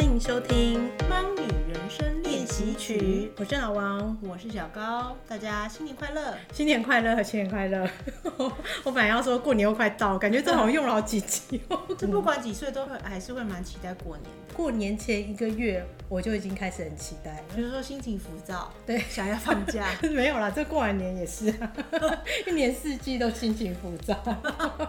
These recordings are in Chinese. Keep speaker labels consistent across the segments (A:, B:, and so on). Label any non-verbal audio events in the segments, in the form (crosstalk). A: 迎收听
B: 《猫女人生练习曲》，
A: 我是老王，
B: 我是小高，大家新年快乐！
A: 新年快乐，新年快乐！ (laughs) 我本来要说过年又快到，感觉这好像用了好几集 (laughs) 哦。
B: 这不管几岁都会还是会蛮期待过年的，
A: 过年前一个月我就已经开始很期待了。
B: 比如说心情浮躁，
A: 对
B: 想要放假，
A: (laughs) 没有啦，这过完年也是、 (laughs) 啊，一年四季都心情浮躁。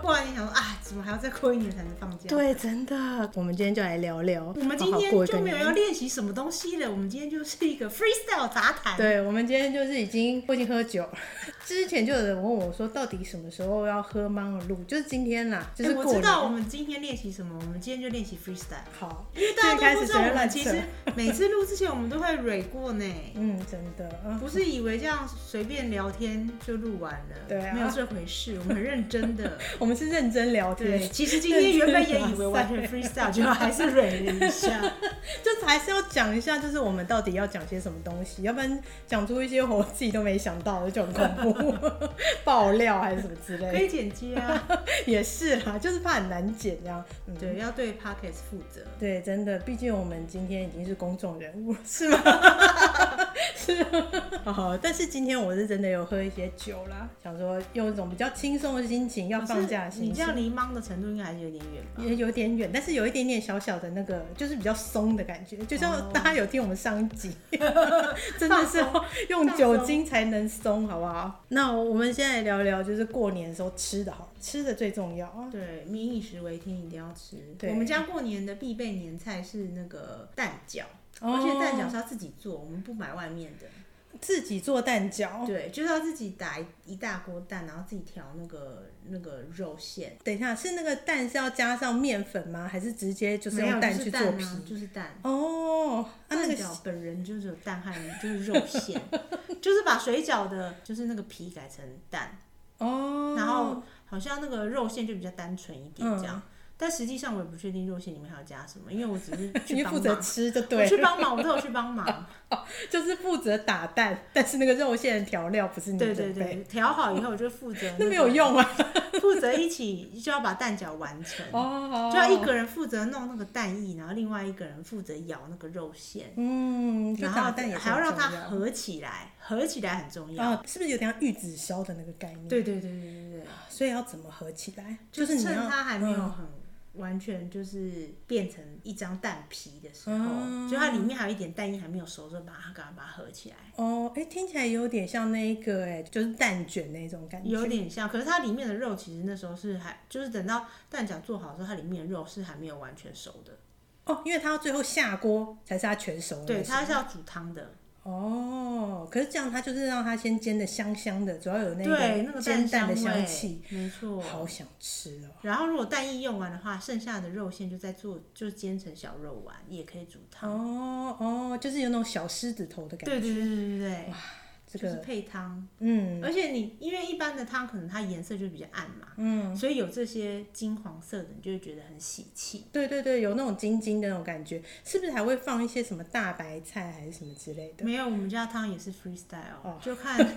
B: 过完年想说啊，怎么还要再过一年才能放假？，
A: 对，真的，我们今天就来聊聊，
B: 我们今
A: 好好
B: 天
A: 过一个
B: 就没有
A: 年
B: 要练习什么东西了，我们今天就是一个 freestyle 杂谈。
A: 对，我们今天就是已经我已经喝酒了， (laughs) 之前就有人问我说，到底什么时候要喝芒果露？就是今天啦，就
B: 哎
A: 是
B: 我
A: 过
B: 知
A: 年。
B: 道我们今天练习什么，我们今天就练习 freestyle。
A: 好，
B: 因为大
A: 现在
B: 家
A: 开
B: 都
A: 始
B: 不知
A: 随
B: 道，
A: 便
B: 我们
A: 乱
B: 其
A: 扯
B: 实。每次录之前我们都会蕊过呢，
A: 嗯，真的，嗯，
B: 不是以为这样随便聊天就录完了，
A: 对啊
B: 没有这回事，我们很认真的。
A: (laughs) 我们是认真聊
B: 对，
A: 天，
B: 其实今天原本也以为完全 freestyle，结果还是蕊了一下。
A: (laughs) 就是还是要讲一下，就是我们到底要讲些什么东西，要不然讲出一些我自己都没想到的，就很恐怖， (laughs) 爆料还是什么之
B: 可
A: 类
B: 以
A: 的，
B: 剪接啊，
A: 也是啦，就是怕很难剪这样。嗯，
B: 对，要对 podcast 负责。
A: 对，真的，毕竟我们今天已经是公众人物，是吗？ (laughs) 是哦，但是今天我是真的有喝一些酒啦，想说用一种比较轻松的心情，要放假的
B: 可哦是你
A: 心
B: 这
A: 情
B: 样，离忙的程度应该还是有点远吧？
A: 也有点远，但是有一点点小小的那个，就是比较松的感觉，就像
B: 哦
A: 大家有听我们上一 (laughs) 集，真的是
B: 放松
A: 用酒精才能松，好不好？那我们现在聊聊，就是过年的时候吃的好，吃的最重要啊。
B: 对，民以食为天，一定要吃。
A: 对
B: 我们家过年的必备年菜是那个蛋饺，
A: 哦
B: 而且蛋饺是要自己做，我们不买外面的。
A: 自己做蛋饺，
B: 对，就是要自己打一一大锅蛋，然后自己调那个那个肉馅，
A: 等一下，是那个蛋是要加上面粉吗？还是直接就是
B: 没
A: 用
B: 有
A: 蛋
B: 就是
A: 去做
B: 啊
A: 皮？
B: 就是蛋。
A: 哦，啊那
B: 蛋
A: 个
B: 饺本人就是有蛋和就是肉馅，就是把水饺的，就是那个皮改成蛋，
A: 哦，
B: 然后好像那个肉馅就比较单纯一点这样。
A: 嗯
B: 但实际上我也不确定肉馅里面还要加什么，因为我只
A: (laughs)
B: 是
A: 你
B: 去
A: 负
B: 帮
A: 责
B: 忙，
A: 吃就
B: 我
A: 对，
B: 去帮忙，我都有去帮忙。 (laughs)
A: 就是负责打蛋，但是那个肉馅的调料不是你
B: 对
A: 准备，
B: 对对，调好以后我就负责
A: (laughs) 那
B: 个
A: 没有，用啊。
B: 负责一起就要把蛋饺完成，
A: 哦，
B: 就要一个人负责弄那个蛋液，然后另外一个人负责咬那个肉馅，
A: 嗯，就
B: 然
A: 打
B: 后
A: 蛋也是
B: 还要
A: 很
B: 让它
A: 重要
B: 合起来，合起来很重要。
A: 啊，是不是有点像玉子烧的那个概念？，啊
B: 对对对对对对，
A: 所以要怎么合起来？
B: 就是
A: 你
B: 趁
A: 要
B: 它还没有
A: 嗯
B: 很完全就是变成一张蛋皮的时候，
A: 嗯
B: 就它里面还有一点蛋液还没有熟，就把它赶快把它合起来，
A: 哦，哎、听起来有点像那一个哎、就是蛋卷那种感觉，
B: 有点像。可是它里面的肉其实那时候是还就是等到蛋饺做好之后，它里面的肉是还没有完全熟的，
A: 哦，因为它要最后下锅才是它全熟的那
B: 对，
A: 时候
B: 它是要煮汤的。
A: 哦，可是这样它就是让它先煎的香香的，主要有那
B: 对，那个
A: 煎蛋的
B: 香
A: 香
B: 味
A: 气，，
B: 没错。
A: 好想吃哦。
B: 然后如果蛋液用完的话，剩下的肉馅就再做，就煎成小肉丸，也可以煮汤。
A: 哦哦，就是有那种小狮子头的感
B: 对
A: 觉。
B: 对对对对对，
A: 这
B: 就是
A: 个
B: 配汤。
A: 嗯，
B: 而且你因为一般的汤可能它颜色就比较暗嘛，嗯，所以有这些金黄色的，你就会觉得很喜气。
A: 对对对，有那种晶晶的那种感觉，是不是还会放一些什么大白菜还是什么之类的？
B: 没有，我们家汤也是 freestyle，、
A: 哦
B: 就 (laughs) 看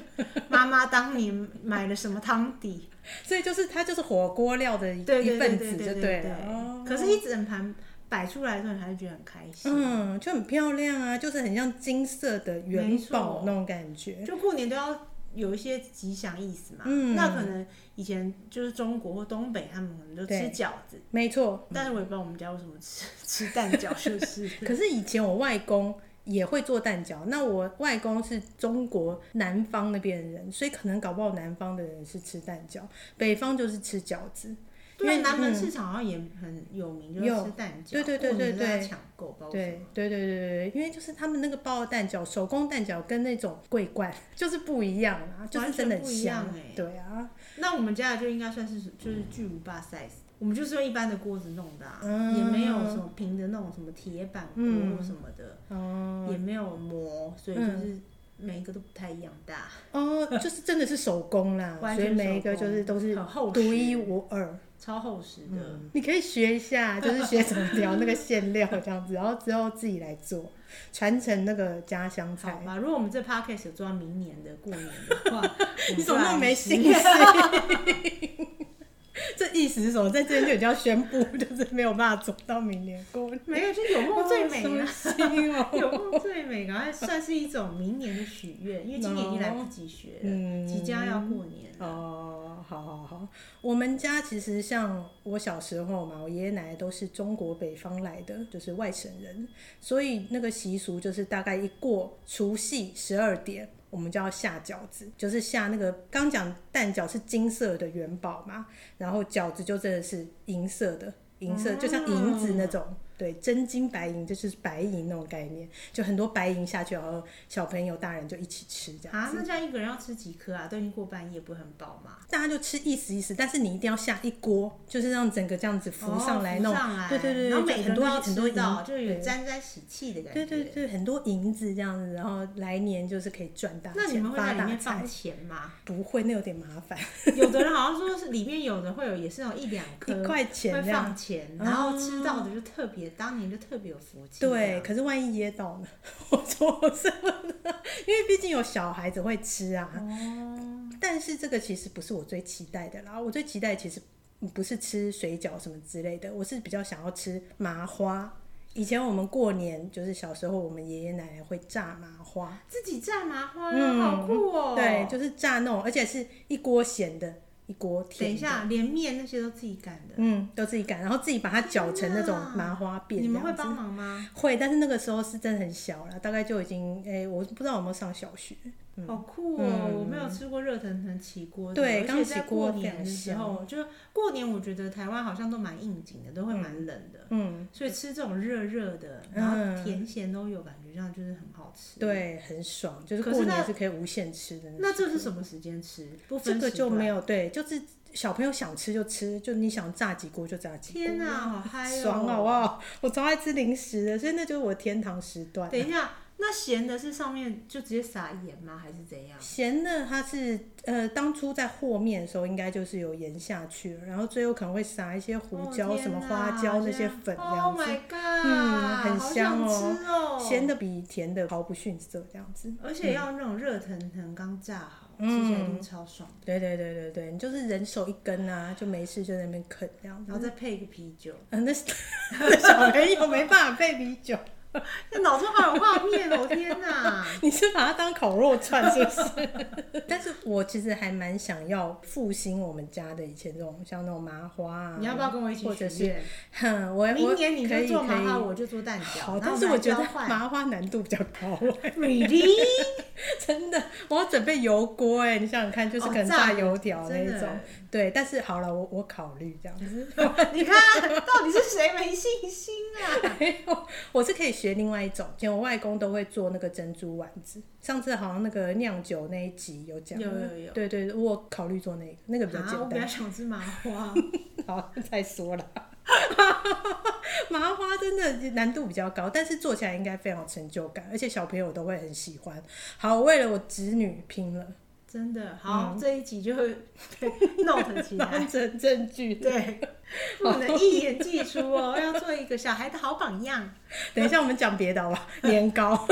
B: 妈妈当年买了什么汤底，
A: 所以就是它就是火锅料的一
B: 对对对
A: 一份
B: 对
A: 子
B: 对
A: 就
B: 对
A: 了。哦
B: 可是，一整盘摆出来的时候，你还是觉得很开心。
A: 嗯，就很漂亮啊，就是很像金色的元
B: 没错
A: 宝那种感觉。
B: 就过年都要有一些吉祥意思嘛。
A: 嗯
B: 那可能以前就是中国或东北，他们可能就吃
A: 对
B: 饺子，
A: 没错，
B: 但是我也不知道我们家为什么吃 (laughs) 吃蛋饺，
A: (laughs)
B: 就是
A: 可是以前我外公也会做蛋饺，那我外公是中国南方那边的人，所以可能搞不好南方的人是吃蛋饺，北方就是吃饺子。因为
B: 对，南门
A: 嗯
B: 市场好像也很有名，就是
A: 有
B: 吃蛋饺，
A: 对对对
B: 过年
A: 对
B: 都在
A: 对
B: 抢购，包括
A: 对对对对对，因为就是他们那个包的蛋饺，手工蛋饺跟那种桂冠就是不一样啊，就是真的很
B: 完
A: 香
B: 全不一样欸
A: 对啊，
B: 那我们家的就应该算是就是巨无霸 size，我们就是用一般的锅子弄的、啊，
A: 嗯
B: 也没有什么平的那种什么铁板锅
A: 嗯
B: 或什么的，
A: 哦、
B: 也没有磨，所以就是
A: 嗯
B: 每一个都不太一样大，
A: 哦，就是真的是手工啦，
B: (laughs) 完
A: 所以
B: 全
A: 每一
B: 手
A: 个就是
B: 工
A: 都是
B: 很厚
A: 独一
B: 实哦
A: 无二。
B: 超厚实的。
A: 嗯，你可以学一下，就是学怎么调
B: (laughs)
A: 那个馅料这样子，然后之后自己来做，传承那个家乡
B: 好
A: 菜。
B: 吧，如果我们这 podcast 有做
A: (laughs)，
B: 到明年的过年的话
A: 你怎么那么没信
B: 我们就
A: 心？
B: 来试
A: (laughs) 这意思是什么？在这边就已经要宣布，就是没有办法走到明年过年。
B: (laughs) 没有，就有梦最美
A: 好
B: 啊。
A: 伤心
B: (laughs)
A: 哦
B: 有梦最美，赶快算是一种明年的许愿，因为今年已经来不及学了，
A: 嗯
B: 即将要过年了。
A: 哦，好好好，我们家其实像我小时候嘛，我爷爷奶奶都是中国北方来的，就是外省人，所以那个习俗就是大概一过除夕十二点。我们就要下饺子，就是下那个刚讲蛋饺是金色的元宝嘛，然后饺子就真的是银色的，银色就像银子那种，对，真金白银，就是白银那种概念，就很多白银下去，然后小朋友大人就一起吃这样
B: 啊，
A: 子。
B: 那这样一个人要吃几颗啊？都已经过半夜，不会很饱吗？
A: 大家就吃意思意思，但是你一定要下一锅，就是让整个这样子 (laughs) 浮上来
B: 哦
A: 弄。
B: 浮上来
A: 对对对，
B: 然后
A: 就
B: 每个
A: 很
B: 人都
A: 多
B: 要
A: 很多
B: 吃到，
A: 银，
B: 就有沾沾喜气的感
A: 对
B: 觉。
A: 对对，很多银子这样子，然后来年就是可以赚大
B: 那你
A: 钱，
B: 们会
A: 发
B: 在里
A: 大
B: 面
A: 财
B: 放。钱
A: (laughs)
B: 吗？
A: 不会，那有点麻烦，
B: 有的人好像说是里面有的会有，也是有一两颗
A: 一块钱
B: 会
A: 这样。
B: 放钱，
A: 哦
B: 然后吃到的就特别，当年就特别有福气。
A: 对，，可是万一噎到呢？ (laughs) 我说我是不知道，因为毕竟有小孩子会吃啊。
B: 哦，
A: 但是这个其实不是我最期待的啦，我最期待其实不是吃水饺什么之类的，我是比较想要吃麻花。以前我们过年就是小时候，我们爷爷奶奶会炸麻花，
B: 自己炸麻花，
A: 嗯
B: 好酷哦！
A: 对，就是炸那种，而且是一锅咸的，一锅
B: 等
A: 甜的。
B: 一，下，连面那些都自己擀的，
A: 嗯，都自己擀，然后自己把它搅成那种麻花辫。
B: 你们
A: 这
B: 会
A: 样子嗯
B: 帮忙吗？
A: 会，但是那个时候是真的很小了，大概就已经诶、我不知道有没有上小学。
B: 好酷哦！
A: 嗯
B: 我没有吃过热腾腾起锅的，
A: 对
B: 而且
A: 刚起
B: 在
A: 锅
B: 过
A: 非
B: 年
A: 常
B: 的时候，就是过年，我觉得台湾好像都蛮应景的，都会蛮冷的，
A: 嗯，
B: 所以吃这种热热的，
A: 嗯
B: 然后甜咸都有，感觉这样就是很好吃。，
A: 对，很爽，就是
B: 可是
A: 过
B: 那
A: 年是可以无限吃的种。
B: 那这是什么时间吃？不
A: 这
B: 分
A: 个
B: 时
A: 就
B: 段
A: 没有对，就是小朋友想吃就吃，就你想炸几锅就炸几锅。
B: 天哪、
A: (laughs)
B: 好嗨哦！
A: 爽好不好？ (laughs) 我超爱吃零食的，所以那就是我天堂时段。啊
B: 等一下，那咸的是上面就直接撒盐吗？还是怎样？
A: 咸的它是呃，当初在和面的时候应该就是有盐下去，然后最后可能会撒一些胡椒、
B: 哦
A: 什么花椒那些粉这样
B: Oh
A: 子。
B: my god！
A: 嗯很香
B: 好想
A: 哦
B: 吃哦。
A: 咸的比甜的毫不逊色，这样子。
B: 而且要那种热腾腾刚炸好，
A: 嗯
B: 吃起来一定超爽，
A: 对对对对对，你就是人手一根啊，就没事就在那边啃这样
B: 然后
A: 子。
B: 再配一个啤酒，
A: 嗯，那 (laughs) 那小朋友没办法配啤酒，
B: 那
A: 嗯
B: 脑中好有画面哦！ (laughs) 天哪，
A: 你是把它当烤肉串是不
B: (laughs)
A: 是？但是我其实还蛮想要复兴我们家的以前这种像那种麻花啊。
B: 你要不要跟我一
A: 或者
B: 起许
A: 是
B: 愿？
A: 哼，我
B: 明
A: 我
B: 年你
A: 可
B: 就
A: 以
B: 做麻
A: 可以
B: 花，我就做蛋
A: 好
B: 饺，，然
A: 但
B: 后
A: 是
B: 们
A: 我
B: 来
A: 觉
B: 交
A: 得 (laughs)
B: 换。
A: 麻花难度比较高，
B: Really？
A: 真的，我要准备油锅哎，你想想看，就是
B: 哦
A: 可能
B: 炸
A: 炸
B: 的
A: 油条那
B: 真
A: 一
B: 的
A: 种， (laughs) 对。但是好了，我我考虑这样子，
B: 你看到底是谁没信心
A: (laughs)
B: 啊？
A: 我是可以学另外一种。以前我外公都会做那个珍珠丸子，上次好像那个酿酒那一集有讲，
B: 有有有
A: 对对，对我考虑做那个，那个比较
B: 啊，我
A: 简
B: 比较
A: 单。
B: 想吃麻花。
A: (laughs) 好，再说
B: (laughs)
A: 了。麻花真的难度比较高，但是做起来应该非常有成就感，而且小朋友都会很喜欢。好，为了我侄女拼了，
B: 真的
A: 嗯
B: 好，这一集就会 note 起来。
A: (laughs) 当成证据。
B: 对， (laughs) 不能一言既出哦，要做一个小孩的好榜样。
A: 等一下我们讲别的好吧？年糕，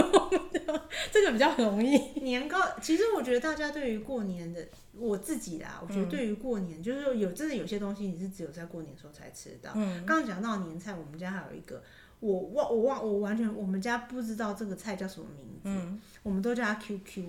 A: (laughs) 这个比较容易。
B: 年糕，其实我觉得大家对于过年的，我自己
A: 嗯
B: 啦，我觉得对于过年，就是有真的有些东西你是只有在过年的时候才吃到。
A: 嗯
B: 刚刚讲到年菜，我们家还有一个，我忘我忘我完全我们家不知道这个菜叫什么名字，
A: 嗯
B: 我们都叫它 QQ。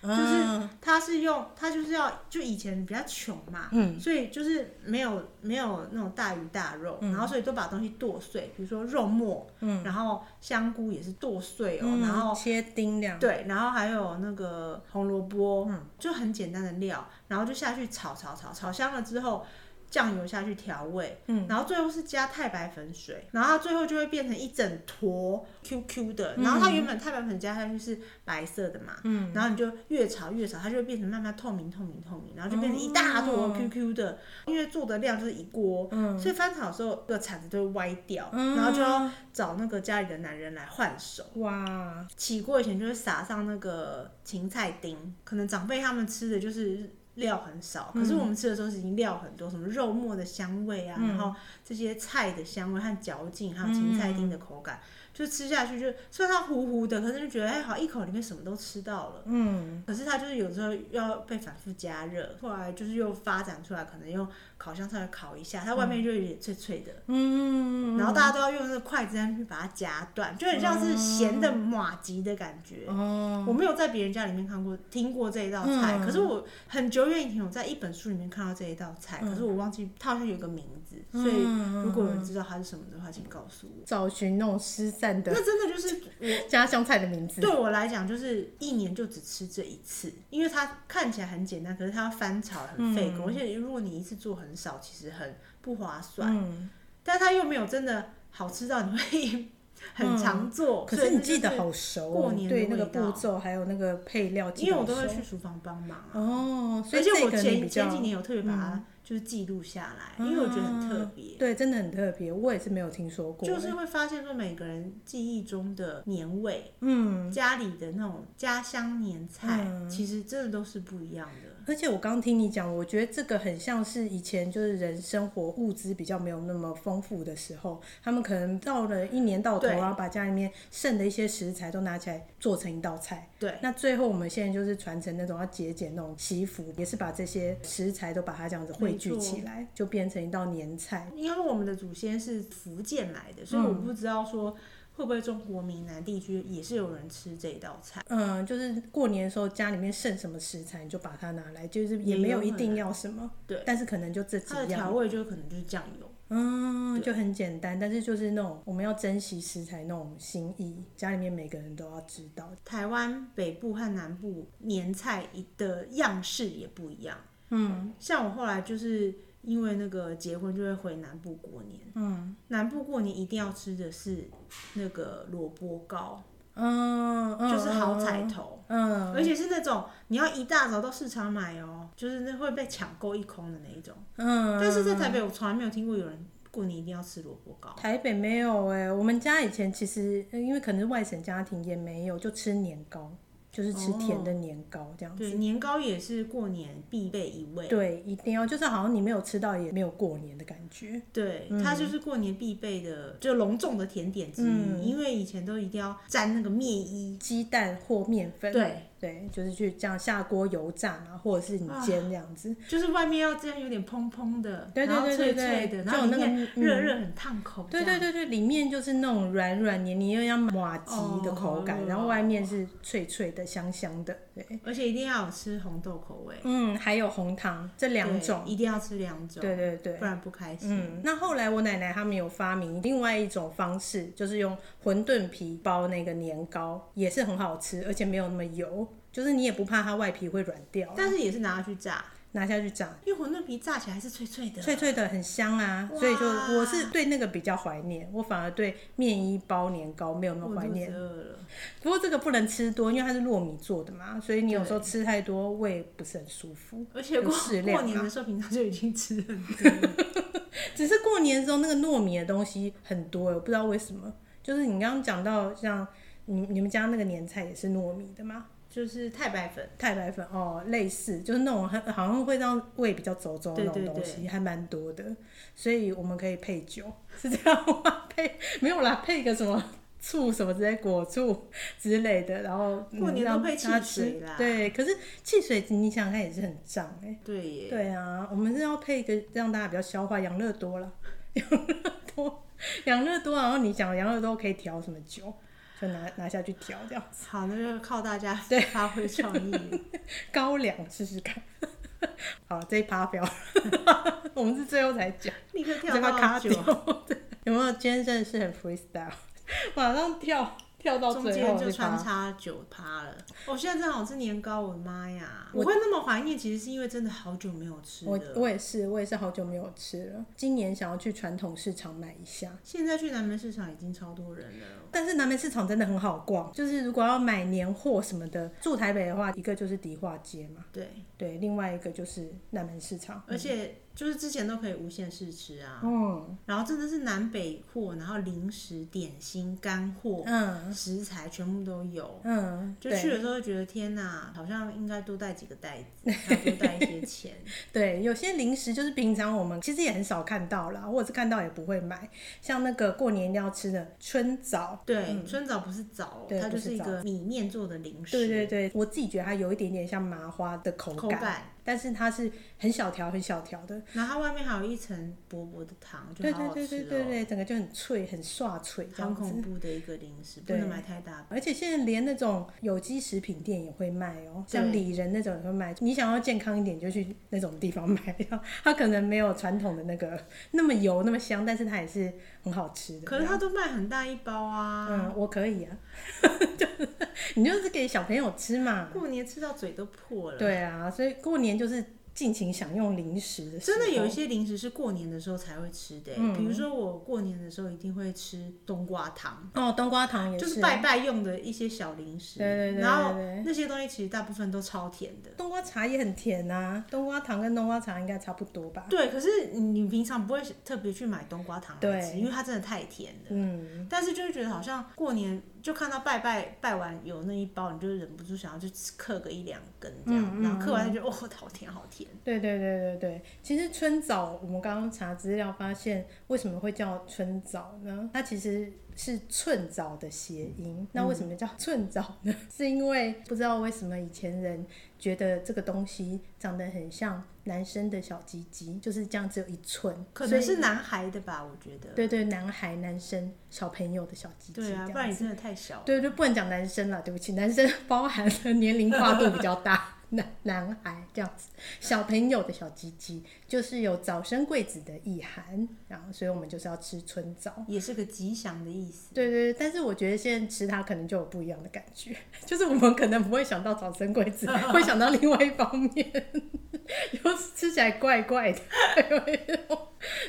A: 嗯
B: 它是用它就是要就以前比较穷嘛，
A: 嗯
B: 所以就是没有没有那种大鱼大肉，然后所以都把东西剁碎，比如说肉末，
A: 嗯
B: 然后香菇也是剁碎哦，然后
A: 切丁两，
B: 对，然后还有那个红萝卜，
A: 嗯
B: 就很简单的料，然后就下去炒炒炒，炒香了之后。酱油下去调味，
A: 嗯
B: 然后最后是加太白粉水，然后它最后就会变成一整坨 QQ 的，然后它原本太白粉加下去是白色的嘛，
A: 嗯
B: 然后你就越炒越炒，它就会变成慢慢透明透明透明，然后就变成一大坨
A: 哦
B: QQ 的，因为做的量就是一锅，
A: 嗯
B: 所以翻炒的时候这个铲子就会歪掉，
A: 嗯
B: 然后就要找那个家里的男人来换手。
A: 哇，
B: 起锅以前就会撒上那个芹菜丁，可能长辈他们吃的就是料很少，可是我们吃的时候是已经料很多，什么肉末的香味啊，然后这些菜的香味和嚼劲，还有芹菜丁的口感，就吃下去就虽然它糊糊的，可是就觉得哎好，一口里面什么都吃到了。
A: 嗯，
B: 可是它就是有时候要被反复加热，后来就是又发展出来，可能用烤箱稍微烤一下，它外面就有点脆脆的，
A: 嗯，
B: 然后大家都要用那个筷子在那边把它夹断，就很像是咸的马吉的感觉。
A: 嗯哦，
B: 我没有在别人家里面看过、听过这一道菜，
A: 嗯
B: 可是我很久远以前我在一本书里面看到这一道菜，
A: 嗯
B: 可是我忘记它好像有一个名字，所以
A: 嗯
B: 如果有人知道它是什么的话，请告诉我。
A: 找寻那种失散的
B: 那真的就是我
A: 家乡菜的名字。
B: 对我来讲，就是一年就只吃这一次，因为它看起来很简单，可是它要翻炒很费
A: 嗯
B: 工，而且如果你一次做很少，其实很不划算，
A: 嗯，
B: 但它又没有真的好吃到你会很常做。
A: 嗯可
B: 所以
A: 是你
B: 这就
A: 记得好熟
B: 过
A: 哦，
B: 年的
A: 对那个
B: 味道
A: 步骤还有那个配料记
B: 因
A: 得
B: 为我
A: 好熟，
B: 都会去厨房帮忙啊。
A: 哦，所
B: 而
A: 以
B: 且
A: 这
B: 我
A: 个你
B: 前
A: 比较嗯
B: 前
A: 啊
B: 几年有特别把它就是记录下来，因为我觉得很特别，
A: 对，真的很特别，我也是没有听说过。
B: 就是会发现说每个人记忆中的年味，
A: 嗯，
B: 家里的那种家乡年菜，
A: 嗯
B: 其实真的都是不一样的。
A: 而且我刚听你讲，我觉得这个很像是以前就是人生活物资比较没有那么丰富的时候，他们可能到了一年到头，
B: 对
A: 然后把家里面剩的一些食材都拿起来做成一道菜。
B: 对，
A: 那最后我们现在就是传承那种要节俭那种祈福，也是把这些食材都把它这样子汇聚起来，就变成一道年菜。
B: 因为我们的祖先是福建来的，所以我
A: 嗯
B: 不知道说会不会中国闽南地区也是有人吃这一道菜。
A: 嗯，就是过年的时候家里面剩什么食材，你就把它拿来，就是也没有一定要什么，
B: 对，
A: 但是可能就这几
B: 它的
A: 样
B: 调。味就可能就是酱油。
A: 嗯，
B: 对
A: 就很简单，但是就是那种我们要珍惜食材那种心意，家里面每个人都要知道。
B: 台湾北部和南部年菜的样式也不一样。嗯，像我后来就是因为那个结婚，就会回南部过年。嗯，南部过年一定要吃的是那个萝卜糕，
A: 嗯，嗯
B: 就是好彩。头。
A: 嗯，
B: 而且是那种你要一大早到市场买哦，就是那会被抢购一空的那一种。
A: 嗯，
B: 但是在台北，我从来没有听过有人过年一定要吃萝卜糕。
A: 台北没有哎、我们家以前其实呃因为可能是外省家庭也没有，就吃年糕，就是吃甜的年糕这样
B: 对，
A: 子。
B: 年糕也是过年必备一味。
A: 对，一定要，就是好像你没有吃到也没有过年的感觉。
B: 对，它就是过年必备的，就隆重的甜点之一。
A: 嗯
B: 因为以前都一定要沾那个面衣，
A: 鸡蛋或面粉，
B: 对，
A: 对，就是去这样下锅油炸啊，或者是你煎这样子。
B: 就是外面要这样有点蓬蓬的，
A: 对对
B: 然后
A: 对
B: 脆
A: 对
B: 脆
A: 对
B: 的，
A: 就
B: 然
A: 有
B: 后里
A: 那个
B: 面
A: 嗯
B: 热热很烫口。
A: 对对，对对，里面就是那种软软黏黏，又像马吉的口感，
B: 哦
A: 然后外面是脆脆的、香香的。对，
B: 而且一定要有吃红豆口味，
A: 嗯，还有红糖这两
B: 对
A: 种，
B: 一定要吃两种，
A: 对对对
B: 不。然不开心。
A: 嗯，那后来我奶奶他们有发明另外一种方式，就是用馄饨皮包那个年糕，也是很好吃，而且没有那么油，就是你也不怕它外皮会软掉，
B: 但是也是拿它去炸，
A: 拿下去炸，
B: 因为馄饨皮炸起来是脆脆的，
A: 脆脆的很香啊，
B: 啊哇
A: 所以就我是对那个比较怀念，我反而对面衣包年糕没有那
B: 我
A: 么怀
B: 肚
A: 念
B: 子。饿了。
A: 不过这个不能吃多，因为它是糯米做的嘛，所以你有时候吃太多胃不是很舒服。
B: 而且过
A: 有适量啊
B: 过年的时候，平常就已经吃很多
A: 只是过年的时候那个糯米的东西很多，我不知道为什么。就是你刚刚讲到像你你们家那个年菜也是糯米的吗？
B: 就是太白粉，
A: 太白粉哦，类似就是那种很好像会让胃比较走走的那
B: 对对
A: 种东
B: 对
A: 西，还蛮多的。所以我们可以配酒，是这样吗？配没有啦，配个什么醋什么之类，果醋之类的，然后嗯
B: 过年都
A: 让
B: 配汽
A: 大家
B: 水
A: 吃
B: 啦
A: 对，可是汽水你想想看也是很胀哎、
B: 对耶，
A: 对啊，我们是要配一个让大家比较消化养乐多 (laughs) 了，养乐多，养乐多，然后你讲养乐多可以调什么酒，就拿拿下去调这样，
B: 好，那就靠大家发挥创意了。
A: 高粱试试看。 (laughs) 好，这一趴不要了， (laughs) 我们是最后才讲，
B: 立刻
A: 这
B: 跳
A: 把
B: 到
A: 卡
B: 九
A: 掉， (laughs) 有没有？今天真的是很 freestyle，马上跳跳到
B: 中
A: 最后
B: 间就
A: 这
B: 穿
A: 趴。
B: 插九趴了。我、现在正好吃年糕，我的妈呀！
A: 我
B: 我会那么怀念，其实是因为真的好久没有吃
A: 我
B: 了。
A: 我也是，我也是好久没有吃了，今年想要去传统市场买一下。
B: 现在去南门市场已经超多人了，
A: 但是南门市场真的很好逛，就是如果要买年货什么的，住台北的话，一个就是迪化街嘛，
B: 对，
A: 对，另外一个就是南门市场。
B: 而且就是之前都可以无限试吃啊，
A: 嗯
B: 然后真的是南北货，然后零食、点心、干货、
A: 嗯
B: 食材全部都有。
A: 嗯，
B: 就
A: 对
B: 去的时候就觉得天哪，好像应该多带几个袋
A: (laughs)
B: 子，还有多带一些钱。
A: 对，有些零食就是平常我们其实也很少看到啦，或者是看到也不会买，像那个过年一定要吃的春枣。
B: 对，春枣不是枣，
A: 嗯对
B: 它
A: 不
B: 就是是一
A: 枣
B: 个米面做的零食。
A: 对对对，我自己觉得它有一点点像麻花的口
B: 口感
A: 但是它是很小条很小条的，
B: 然后它外面还有一层薄薄的糖，就
A: 对
B: 好
A: 对
B: 好吃
A: 对
B: 哦。
A: 对对对，整个就很脆很刷脆这
B: 好
A: 样
B: 恐
A: 子。
B: 怖的一个零食，不
A: 对
B: 能买太大。
A: 而且现在连那种有机食品店也会卖哦、
B: 对
A: 像里仁那种也会卖。你想要健康一点，就去那种地方买，它可能没有传统的那个 (laughs) 那么油那么香，但是它也是很好吃的。
B: 可是它都卖很大一包啊，
A: 嗯，我可以啊， (laughs) 就是你就是给小朋友吃嘛。
B: 过年吃到嘴都破了。
A: 对啊，所以过年就是尽情享用零食的时
B: 真
A: 候。
B: 的有一些零食是过年的时候才会吃的欸、
A: 嗯
B: 比如说我过年的时候一定会吃冬瓜糖，
A: 哦，冬瓜糖也
B: 就是是拜拜用的一些小零食。
A: 对对对对
B: 然后
A: 对
B: 那些东西其实大部分都超甜的。
A: 冬瓜茶也很甜啊，冬瓜糖跟冬瓜茶应该差不多吧？
B: 对，可是你平常不会特别去买冬瓜糖来吃，
A: 对
B: 因为它真的太甜了。
A: 嗯，
B: 但是就会觉得好像过年就看到拜拜拜完有那一包，你就忍不住想要去吃嗑个一两根这样，
A: 嗯嗯
B: 然后嗑完就觉得哦，好甜好甜。
A: 对对对对对。其实春枣，我们刚刚查资料发现，为什么会叫春枣呢？它其实是寸枣的谐音。那为什么叫寸枣呢？ (laughs) 是因为不知道为什么以前人觉得这个东西长得很像男生的小鸡鸡，就是这样只有一寸，
B: 可
A: 所
B: 能
A: 以
B: 是男孩的吧，我觉得。
A: 对对男孩男生小朋友的小鸡鸡这
B: 对啊，
A: 样
B: 不然你真的太小了。
A: 对对，不能讲男生了，对不起，男生包含了年龄跨度比较大，男男孩这样子，小朋友的小鸡鸡就是有早生贵子的意涵，然后所以我们就是要吃春枣。
B: 也是个吉祥的意思。
A: 对对，对但是我觉得现在吃它可能就有不一样的感觉， (laughs) 就是我们可能不会想到早生贵子，会想到另外一方面， (laughs) 就是吃起来怪怪的， (laughs)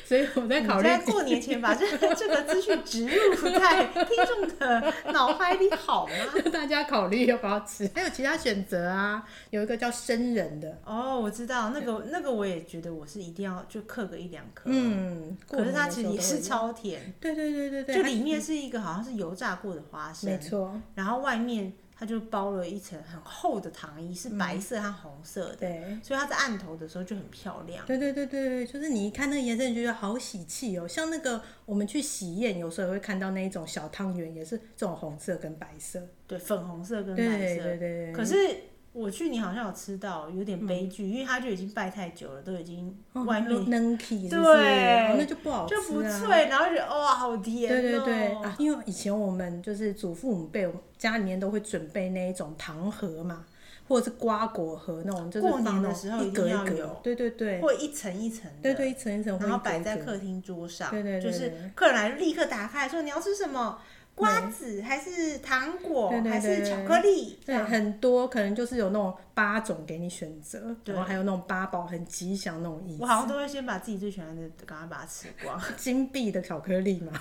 A: 所以我在
B: 你
A: 考虑。
B: 在过年前把这 (laughs) 这个资讯植入在听众的脑海里好
A: (laughs)
B: 吗？
A: (laughs) 大家考虑要不要吃，还有其他选择啊，有一个叫生人的，
B: 哦，我知道那个那个，我也觉得我是一定要就嗑个一两颗。，
A: 嗯，过
B: 可是
A: 年
B: 它
A: 的
B: 其
A: 时
B: 实
A: 候
B: 也
A: 都
B: 是
A: 会
B: 超甜，
A: 对对对对对，
B: 就
A: 它
B: 里面是一个好像是油炸过的花
A: 没
B: 生，
A: 错，
B: 然后外面它就包了一层很厚的糖衣，
A: 嗯
B: 是白色和红色的，
A: 对。
B: 所以它在按头的时候就很漂亮。
A: 对对对对对，就是你一看那个颜色，你就觉得好喜气哦。像那个我们去喜宴，有时候也会看到那一种小汤圆，也是这种红色跟白色。
B: 对，粉红色跟
A: 对
B: 白
A: 对
B: 色。
A: 对对对。嗯
B: 可
A: 是
B: 是我去年好像有吃到，有点悲剧，因为它就已经拜太久了，都已经外面
A: 能体是不是？
B: 对
A: 哦那哦就不好吃
B: 就
A: 啊。
B: 不脆，然后就觉得哇、好甜、
A: 对
B: 哦！
A: 对对啊，因为以前我们就是祖父母辈，我们家里面都会准备那一种糖盒嘛，或者是瓜果盒那种，就是
B: 过年
A: 放那
B: 的
A: 种
B: 时候
A: 一
B: 一定
A: 格一
B: 要
A: 格
B: 有，
A: 对对对，
B: 或一层一层的，
A: 对对一层一层，
B: 然后摆在客厅桌上，
A: 对对
B: 就
A: 对
B: 是客人来立刻打开说你要吃什么，瓜子还是糖果
A: 对对对
B: 还是
A: 对
B: 巧克力？
A: 对，很多可能就是有那种八种给你选择，
B: 对
A: 然后还有那种八宝很吉祥那种意
B: 我好像都会先把自己最喜欢的赶快把它吃
A: (laughs)
B: 光，
A: 思，金币的巧克力嘛。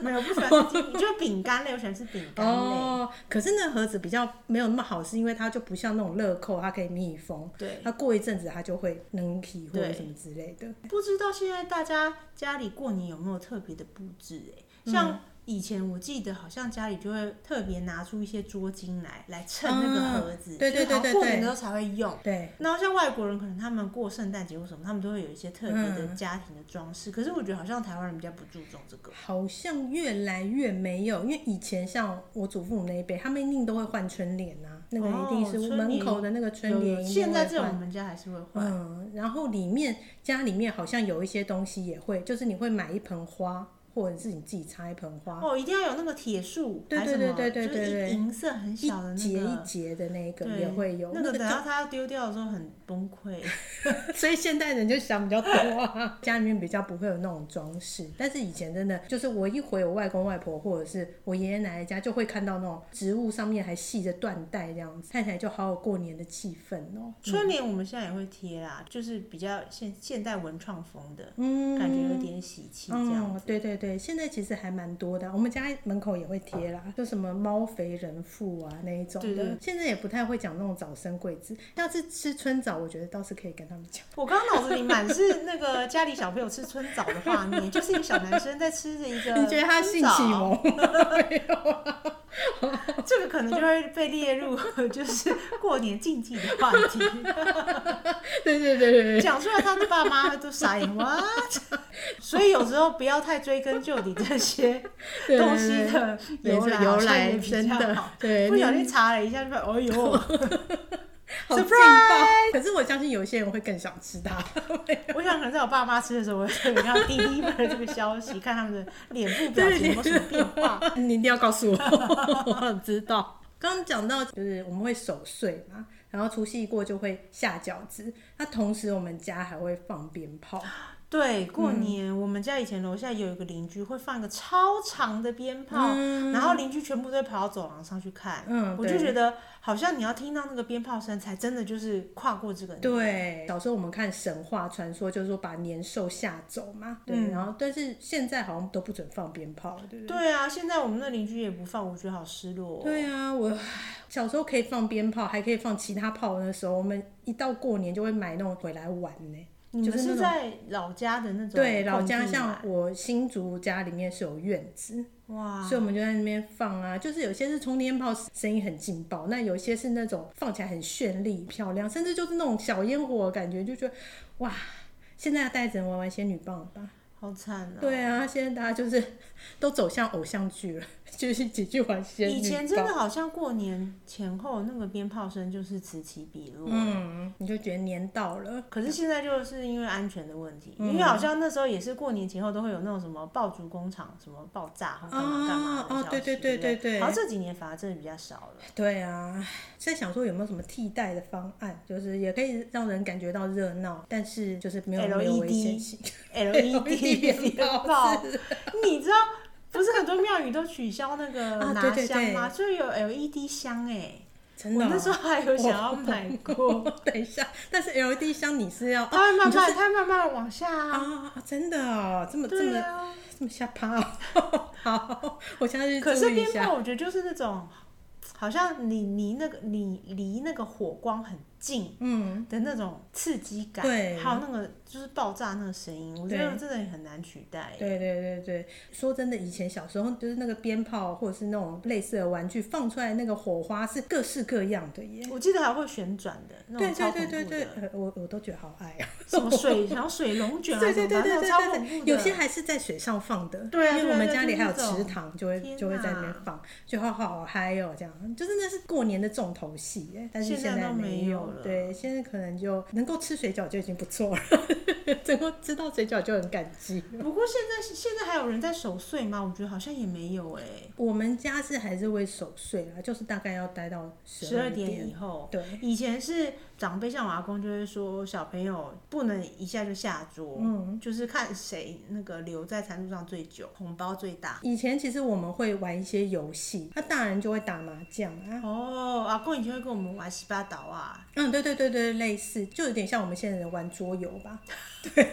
B: 没有不喜欢吃饼，就是饼干类，我喜欢吃饼 (laughs) 干类。
A: 哦，可是那盒子比较没有那么好，是因为它就不像那种乐扣，它可以密封，
B: 对，
A: 它过一阵子它就会能体或者
B: 对
A: 什么之类的。
B: 不知道现在大家家里过年有没有特别的布置、欸？
A: 嗯
B: 像以前我记得好像家里就会特别拿出一些捉襟来来衬那个盒子，
A: 嗯对对
B: 就是好像
A: 对对
B: 过
A: 对
B: 年的时候才会用。
A: 对，
B: 然后像外国人，可能他们过圣诞节或什么，他们都会有一些特别的
A: 嗯
B: 家庭的装饰。可是我觉得好像台湾人比较不注重这个。
A: 好像越来越没有，因为以前像我祖父母那一辈，他们一定都会换春联啊，那个一定
B: 哦
A: 是
B: 春
A: 门
B: 联
A: 口的那个春
B: 有
A: 联
B: 有
A: 一定
B: 现在
A: 会
B: 这种
A: 换
B: 我们家还是会换，
A: 嗯，然后里面家里面好像有一些东西也会，就是你会买一盆花，或者是你自己插一盆花，
B: 哦，一定要有那个铁树，
A: 对
B: 还是
A: 对
B: 什么
A: 对对对
B: 就是
A: 对
B: 银银色很
A: 一
B: 小的那
A: 节一
B: 个，
A: 节的那个
B: 对
A: 也会有。
B: 那个
A: 个
B: 等到它要丢掉的时候很崩
A: (laughs)
B: 溃。
A: 就所以现代人就想比较多啊， (laughs) 家里面比较不会有那种装饰。但是以前真的就是我一回我外公外婆或者是我爷爷奶奶家，就会看到那种植物上面还系着缎带这样子，看起来就好有过年的气氛哦。
B: 春联我们现在也会贴啦，就是比较现现代文创风的
A: 嗯，
B: 感觉，有点喜气这样。
A: 嗯，对对对，现在其实还蛮多的啊，我们家门口也会贴啦，就什么猫肥人妇啊那一种
B: 对
A: 的
B: 对。
A: 现在也不太会讲那种早生贵子，下次吃春枣，我觉得倒是可以跟他们讲。
B: 我刚刚脑子里满是那个家里小朋友吃春枣的画面，就是一个小男生在吃着一个。
A: (laughs) 你觉得他性启？蒙？
B: 这个可能就会被列入 (laughs) 就是过年禁忌的话题。
A: (laughs) 对对对对对，
B: 讲出来，他的爸妈都傻眼
A: (laughs)
B: what？所以有时候不要太追根究底这些
A: 对对对
B: 东西的
A: 没
B: 由
A: 错
B: 来，
A: 由
B: 好像也
A: 来
B: 比
A: 真
B: 较
A: 的 (laughs)
B: 好，
A: 对，
B: 不
A: 你
B: 小心查了一下，就说哎呦。 (laughs)
A: 好
B: Surprise！
A: 劲爆。可是我相信有些人会更想吃它。
B: 我想可能在我爸妈吃的时候，我会看到第一份这个消息，看他们的脸部表情有没有什么变化。
A: 你一定要告 (laughs) 诉我，我想知道。刚刚讲到就是我们会守岁嘛，然后除夕过就会下饺子，那同时我们家还会放鞭炮，
B: 对，
A: 嗯
B: 过年、我们家以前楼下有一个邻居会放一个超长的鞭炮，
A: 嗯
B: 然后邻居全部都会跑到走廊上去看。
A: 嗯
B: 我就
A: 对
B: 觉得好像你要听到那个鞭炮声，才真的就是跨过这个年。
A: 对，小时候我们看神话传说，就是说把年兽吓走嘛，对，
B: 嗯
A: 然后但是现在好像都不准放鞭炮了，对不对？
B: 对啊，现在我们那邻居也不放，我觉得好失落、哦。
A: 对啊，我小时候可以放鞭炮，还可以放其他炮的时候，我们一到过年就会买那种回来玩呢、
B: 你
A: 就
B: 们
A: 是那
B: 是
A: 种
B: 在老家的那种
A: 对，老
B: 空
A: 家
B: 地
A: 像
B: 买
A: 我新竹家里面是有院子，
B: 哇，
A: 所以我们就在那边放啊，就是有些是冲天炮，声音很劲爆；那有些是那种放起来很绚丽、漂亮，甚至就是那种小烟火，感觉就觉得哇，现在带着玩玩仙女棒了吧？
B: 好惨啊！
A: 对啊，现在大家就是 (laughs) 都走向偶像剧了， (laughs) 就是几句玩仙女
B: 以
A: 棒。
B: 前真的好像过年前后那个鞭炮声就是此起彼落。
A: 嗯，你就觉得年到了，
B: 可是现在就是因为安全的问
A: 嗯
B: 题，因为好像那时候也是过年前后都会有那种什么爆竹工厂什么爆炸或干嘛干嘛的
A: 哦哦
B: 消息
A: 对对对
B: 不
A: 对对
B: 好像这几年反而真的比较少
A: (laughs)
B: 了。
A: 对啊，在想说有没有什么替代的方案，就是也可以让人感觉到热闹，但是就是没有没有危险性。 (laughs) E
B: LED 鞭
A: 炮
B: 炮，你知道不是很多庙宇都取消那个
A: (laughs) 啊对
B: 拿
A: 对
B: 香
A: 对
B: 吗？就有 LED 香哎、
A: 真
B: 我
A: 的、哦，哦
B: 那时候还有想要买过，
A: (laughs) 等一下，但是 LED 箱你是要
B: 它会慢
A: 你就
B: 慢
A: 是
B: 它会慢慢地往下啊，
A: 啊、真的哦，这么、这
B: 对
A: 么
B: 啊。
A: 这么下趴、哦， (laughs) 好，我现在去
B: 可是
A: 注意一
B: 鞭炮，
A: 下。
B: 我觉得就是那种，好像你离那个你离那个火光很近
A: 嗯，
B: 的那种刺激感，
A: 对
B: 还有那个就是爆炸那个声音，我觉
A: 对
B: 得真的很难取代。
A: 对对对对，说真的，以前小时候就是那个鞭炮或者是那种类似的玩具放出来那个火花是各式各样的耶。
B: 我记得还会旋转的那
A: 对
B: 种
A: 对
B: 超
A: 对
B: 恐怖
A: 对对， (laughs)
B: 的，
A: 呃我我都觉得好爱啊。
B: 什么水，然后水龙卷啊
A: 对
B: 什
A: 对
B: 么的，
A: 对对
B: 那种
A: 对
B: 超恐
A: 对
B: 怖的。
A: 对，有些还是在水上放的，
B: 对啊
A: 因
B: 对
A: 为
B: 啊
A: 我们
B: 对啊
A: 家里
B: 就是
A: 还有
B: 那种
A: 池塘，就会
B: 天
A: 就会在那边
B: 哪
A: 放，就好好嗨哦，这样就真的是过年的重头戏耶。但是
B: 现在
A: 在
B: 都
A: 没
B: 没有了
A: 对，现在可能就能够吃水饺就已经不错了， (laughs) 能够吃到水饺就很感激。
B: 不过现在现在还有人在守岁吗？我觉得好像也没有哎、
A: 我们家是还是会守岁啦，就是大概要待到
B: 十
A: 十
B: 二
A: 点
B: 点以后，
A: 对，
B: 以前是长辈，像我阿公就会说，小朋友不能一下就下桌，
A: 嗯
B: 就是看谁那个留在餐桌上最久，红包最大。
A: 以前其实我们会玩一些游戏，那大人就会打麻将啊，
B: 哦，阿公以前会跟我们玩十八岛啊，
A: 嗯，对对对对，类似，就有点像我们现在人玩桌游吧，对，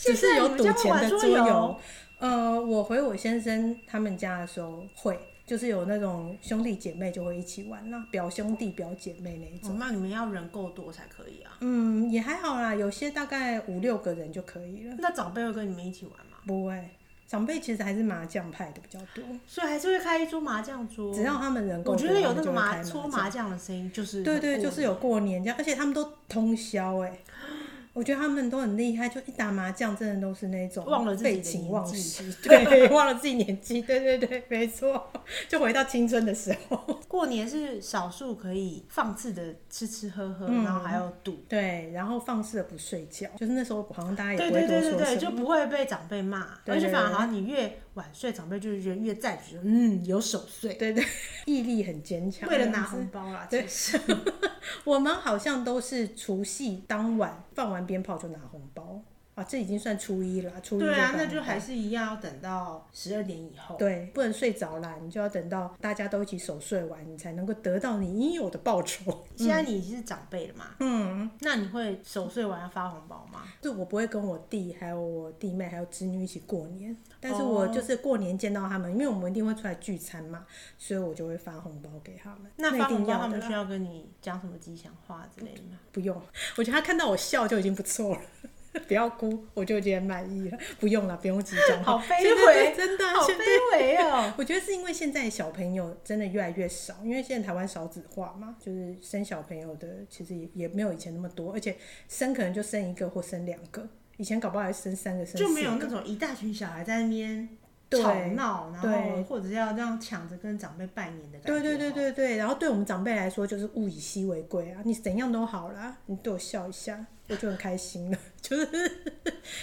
A: 只
B: 现
A: 是
B: 在你
A: 有
B: 们
A: 赌
B: 家会
A: 钱
B: 玩
A: 的
B: 桌
A: 桌游
B: 游。
A: 呃，我回我先生他们家的时候会，就是有那种兄弟姐妹就会一起玩啦，表兄弟表姐妹那一种。
B: 哦，那你们要人够多才可以啊。
A: 嗯，也还好啦，有些大概五六个人就可以了，
B: 那长辈会跟你们一起玩吗？
A: 不会。长辈其实还是麻将派的比较多，
B: 所以还是会开一桌麻将桌。
A: 只要他们人够
B: 我
A: 多，
B: 觉得有
A: 他
B: 那
A: 们
B: 个
A: 就会
B: 麻
A: 开
B: 搓
A: 麻
B: 麻将的声音，就是哦
A: 对对，
B: 很
A: 就
B: 过
A: 是
B: 瘾
A: 有过年这样，而且他们都通宵哎、我觉得他们都很厉害，就一打麻将，真的都是那种
B: 忘了自己的
A: 废寝
B: 年
A: 忘
B: 纪
A: 食，对， (laughs) 忘了自己年纪，对对对，没错，就回到青春的时候，
B: 过年是少数可以放肆的吃吃喝喝，
A: 嗯
B: 然后还有赌。
A: 对，然后放肆的不睡觉，就是那时候好像大家也
B: 对
A: 不会
B: 对
A: 多
B: 对对
A: 说
B: 对，
A: 什
B: 就
A: 么，
B: 不会被长辈骂，
A: 对
B: 而且
A: 对
B: 反而
A: 对
B: 好像你越晚睡，长辈就是人越赞许，嗯，有守岁，
A: 对对，毅力很坚强，
B: 为了
A: 这样
B: 拿
A: 子
B: 红包啦，
A: 对
B: 其实
A: 我们好像都是除夕当晚放完鞭炮就拿红包，啊，这已经算初一了， (laughs) 初一
B: 对啊，
A: 办
B: 那就还
A: 了
B: 是一样要等到十二点以后。
A: 对，哦不能睡着啦，你就要等到大家都一起守岁完，你才能够得到你应有的报酬。 (laughs)
B: 现在你是长辈了嘛？
A: 嗯，
B: 那你会守岁完要发红包吗？
A: 就我不会跟我弟、还有我弟妹、还有侄女一起过年，但是
B: 哦
A: 我就是过年见到他们，因为我们一定会出来聚餐嘛，所以我就会发红包给他们。
B: 那
A: 一
B: 发
A: 定
B: 红包
A: 要
B: 他们
A: 的
B: 需
A: 啦
B: 要跟你讲什么吉祥话之类的吗？
A: 不用，我觉得他看到我笑就已经不错了。 (laughs) 不要哭，我就觉得满意了。不用了，不用急张。
B: 好卑
A: 现在
B: 微
A: 真的
B: 好
A: 啊现在
B: 卑微
A: (laughs)
B: 哦！
A: 我觉得是因为现在小朋友真的越来越少，因为现在台湾少子化嘛，就是生小朋友的其实也也没有以前那么多，而且生可能就生一个或生两个，以前搞不好还生三个、生四
B: 就
A: 个。
B: 没有那种一大群小孩在那边
A: 对
B: 吵闹，然后
A: 对
B: 或者是要这样抢着跟长辈拜年的感觉。
A: 对对对。对对，哦然后对我们长辈来说就是物以稀为贵啊，你怎样都好啦，你对我笑一下，我就很开心了， (laughs) 就是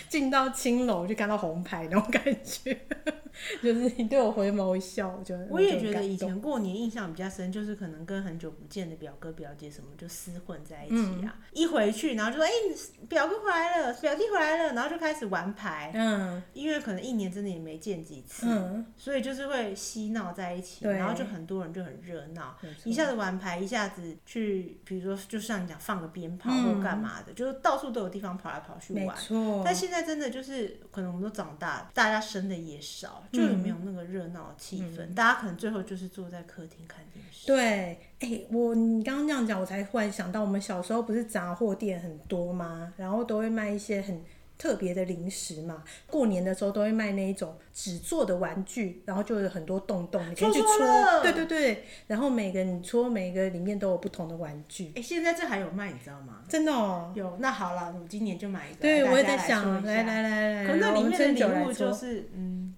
A: 进到青楼就看到红牌那种感觉， (laughs) 就是你对我回眸一笑，我就
B: 我也觉得以。
A: 就很感动
B: 前过年印象比较深，就是可能跟很久不见的表哥表姐什么就厮混在一起
A: 嗯
B: 啊，一回去然后就说哎、你表哥回来了，表弟回来了，然后就开始玩牌，
A: 嗯
B: 因为可能一年真的也没见几次，
A: 嗯，
B: 所以就是会嬉闹在一起，
A: 对
B: 然后就很多人就很热闹，
A: 没错
B: 一下子玩牌，一下子去，比如说就像你讲放个鞭炮
A: 嗯
B: 或干嘛的，就是到处都有地方跑来跑去
A: 没
B: 玩。
A: 错，
B: 但现在真的就是，可能我们都长大了，大家生的也少，就也没
A: 嗯
B: 有那个热闹的气氛。大家可能最后就是坐在客厅看电视。
A: 对，哎、我你刚刚那样讲，我才忽然想到，我们小时候不是杂货店很多吗？然后都会卖一些很特别的零食嘛。过年的时候都会卖那一种纸做的玩具，然后就有很多洞洞，你可以去
B: 戳
A: 戳。
B: 戳乐
A: 对对对，然后每个你戳每个里面都有不同的玩具，
B: 哎、现在这还有卖，你知道吗？
A: 真的哦。
B: 有，那好了，我今年就买一个。
A: 对，
B: 大
A: 我也
B: 家
A: 在
B: 来说
A: 想，
B: 一
A: 来
B: 下
A: 来来来，
B: 可那
A: 我
B: 里
A: 们
B: 面的
A: 春酒
B: 礼
A: 来
B: 物
A: 戳
B: 就是嗯，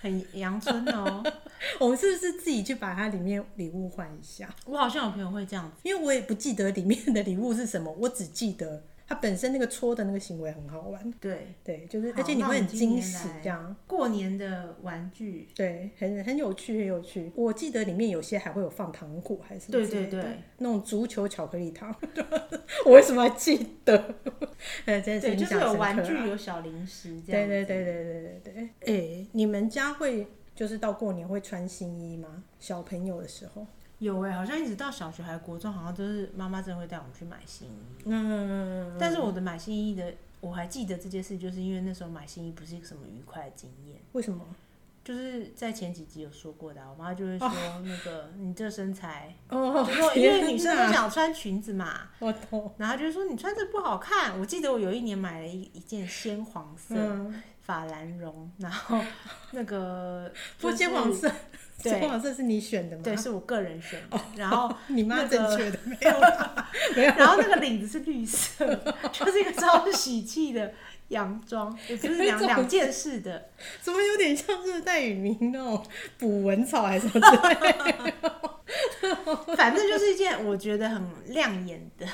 B: 很阳春哦。
A: 我们是不是自己去把它里面礼物换一下？
B: 我好像有朋友会这样子，
A: 因为我也不记得里面的礼物是什么， (laughs) 我只记得它本身那个戳的那个行为很好玩。
B: 对，
A: 对，就是
B: 好
A: 而且你
B: 那我
A: 会
B: 们
A: 很
B: 今
A: 惊
B: 年
A: 喜
B: 来
A: 这样。
B: 过年的玩具，
A: 对，很很有趣，很有趣。我记得里面有些还会有放糖果，还是什么
B: 对
A: 之类
B: 对
A: 的
B: 对，
A: 那种足球巧克力糖。 (laughs) 我为什么还记得？ (laughs) 哎，真的是
B: 对，
A: 印
B: 就是
A: 象
B: 有
A: 深刻
B: 玩具
A: 啊。
B: 有小零食这
A: 对
B: 样，
A: 对对对对对对。哎，你们家会就是到过年会穿新衣吗？小朋友的时候？
B: 有哎、好像一直到小学还国中，好像都是妈妈真的会带我们去买新衣，
A: 嗯，
B: 但是我的买新衣的。我还记得这件事，就是因为那时候买新衣不是一个什么愉快的经验，
A: 为什么？
B: 就是在前几集有说过的啊、我妈就会说那个、你这身材，
A: 哦
B: 就说因为
A: 天
B: 女生
A: 哪
B: 都想穿裙子嘛，
A: 我懂。
B: 然后她就说你穿这不好看。我记得我有一年买了一一件鲜黄色，
A: 嗯，
B: 法兰绒，然后那个
A: (laughs)
B: 就
A: 不过
B: 是
A: 金黄色，
B: 对
A: 金黄色是你选的吗？哦
B: 对，是我个人选的，然后
A: 你妈
B: 那个
A: 正确的，没有啦，没
B: (laughs)
A: 有。
B: 然后那个领子是绿色， (laughs) 就是一个超喜气的洋装，也不是两
A: 这种
B: 两件事的，
A: 怎么有点像是戴雨明那种捕蚊草还是什么之类的？ (laughs)
B: 反正就是一件我觉得很亮眼的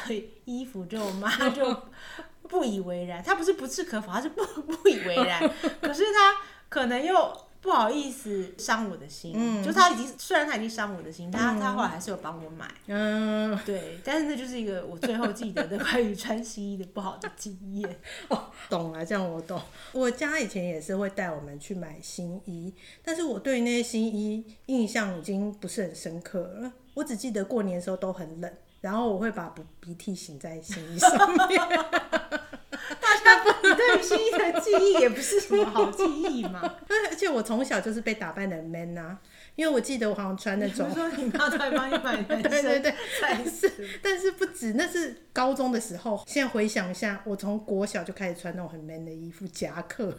B: 衣服，就我妈就不以为然，她不是不置可否，她是不 (laughs) 不以为然，可是她可能又。不好意思，伤我的心，
A: 嗯
B: 就她已经虽然她已经伤我的心，但她她后来还是有帮我买，
A: 嗯，
B: 对，但是那就是一个我最后记得的关于穿西衣的不好的经验。
A: 哦，懂了，这样我懂。我家以前也是会带我们去买新衣，但是我对那些新衣印象已经不是很深刻了。我只记得过年的时候都很冷，然后我会把鼻鼻涕擤在新衣上 (laughs) 面。
B: 大家不，你对于新衣的记忆也不是什么好记忆
A: (laughs)
B: 嘛？
A: 而且我从小就是被打扮的 man 啊，因为我记得我好像穿那
B: 比
A: 种
B: 如说你妈在帮你买男生，
A: 对
B: (laughs)
A: 对对，
B: 但是
A: 但是不止，那是高中的时候。现在回想一下，我从国小就开始穿那种很 man 的衣服，夹克。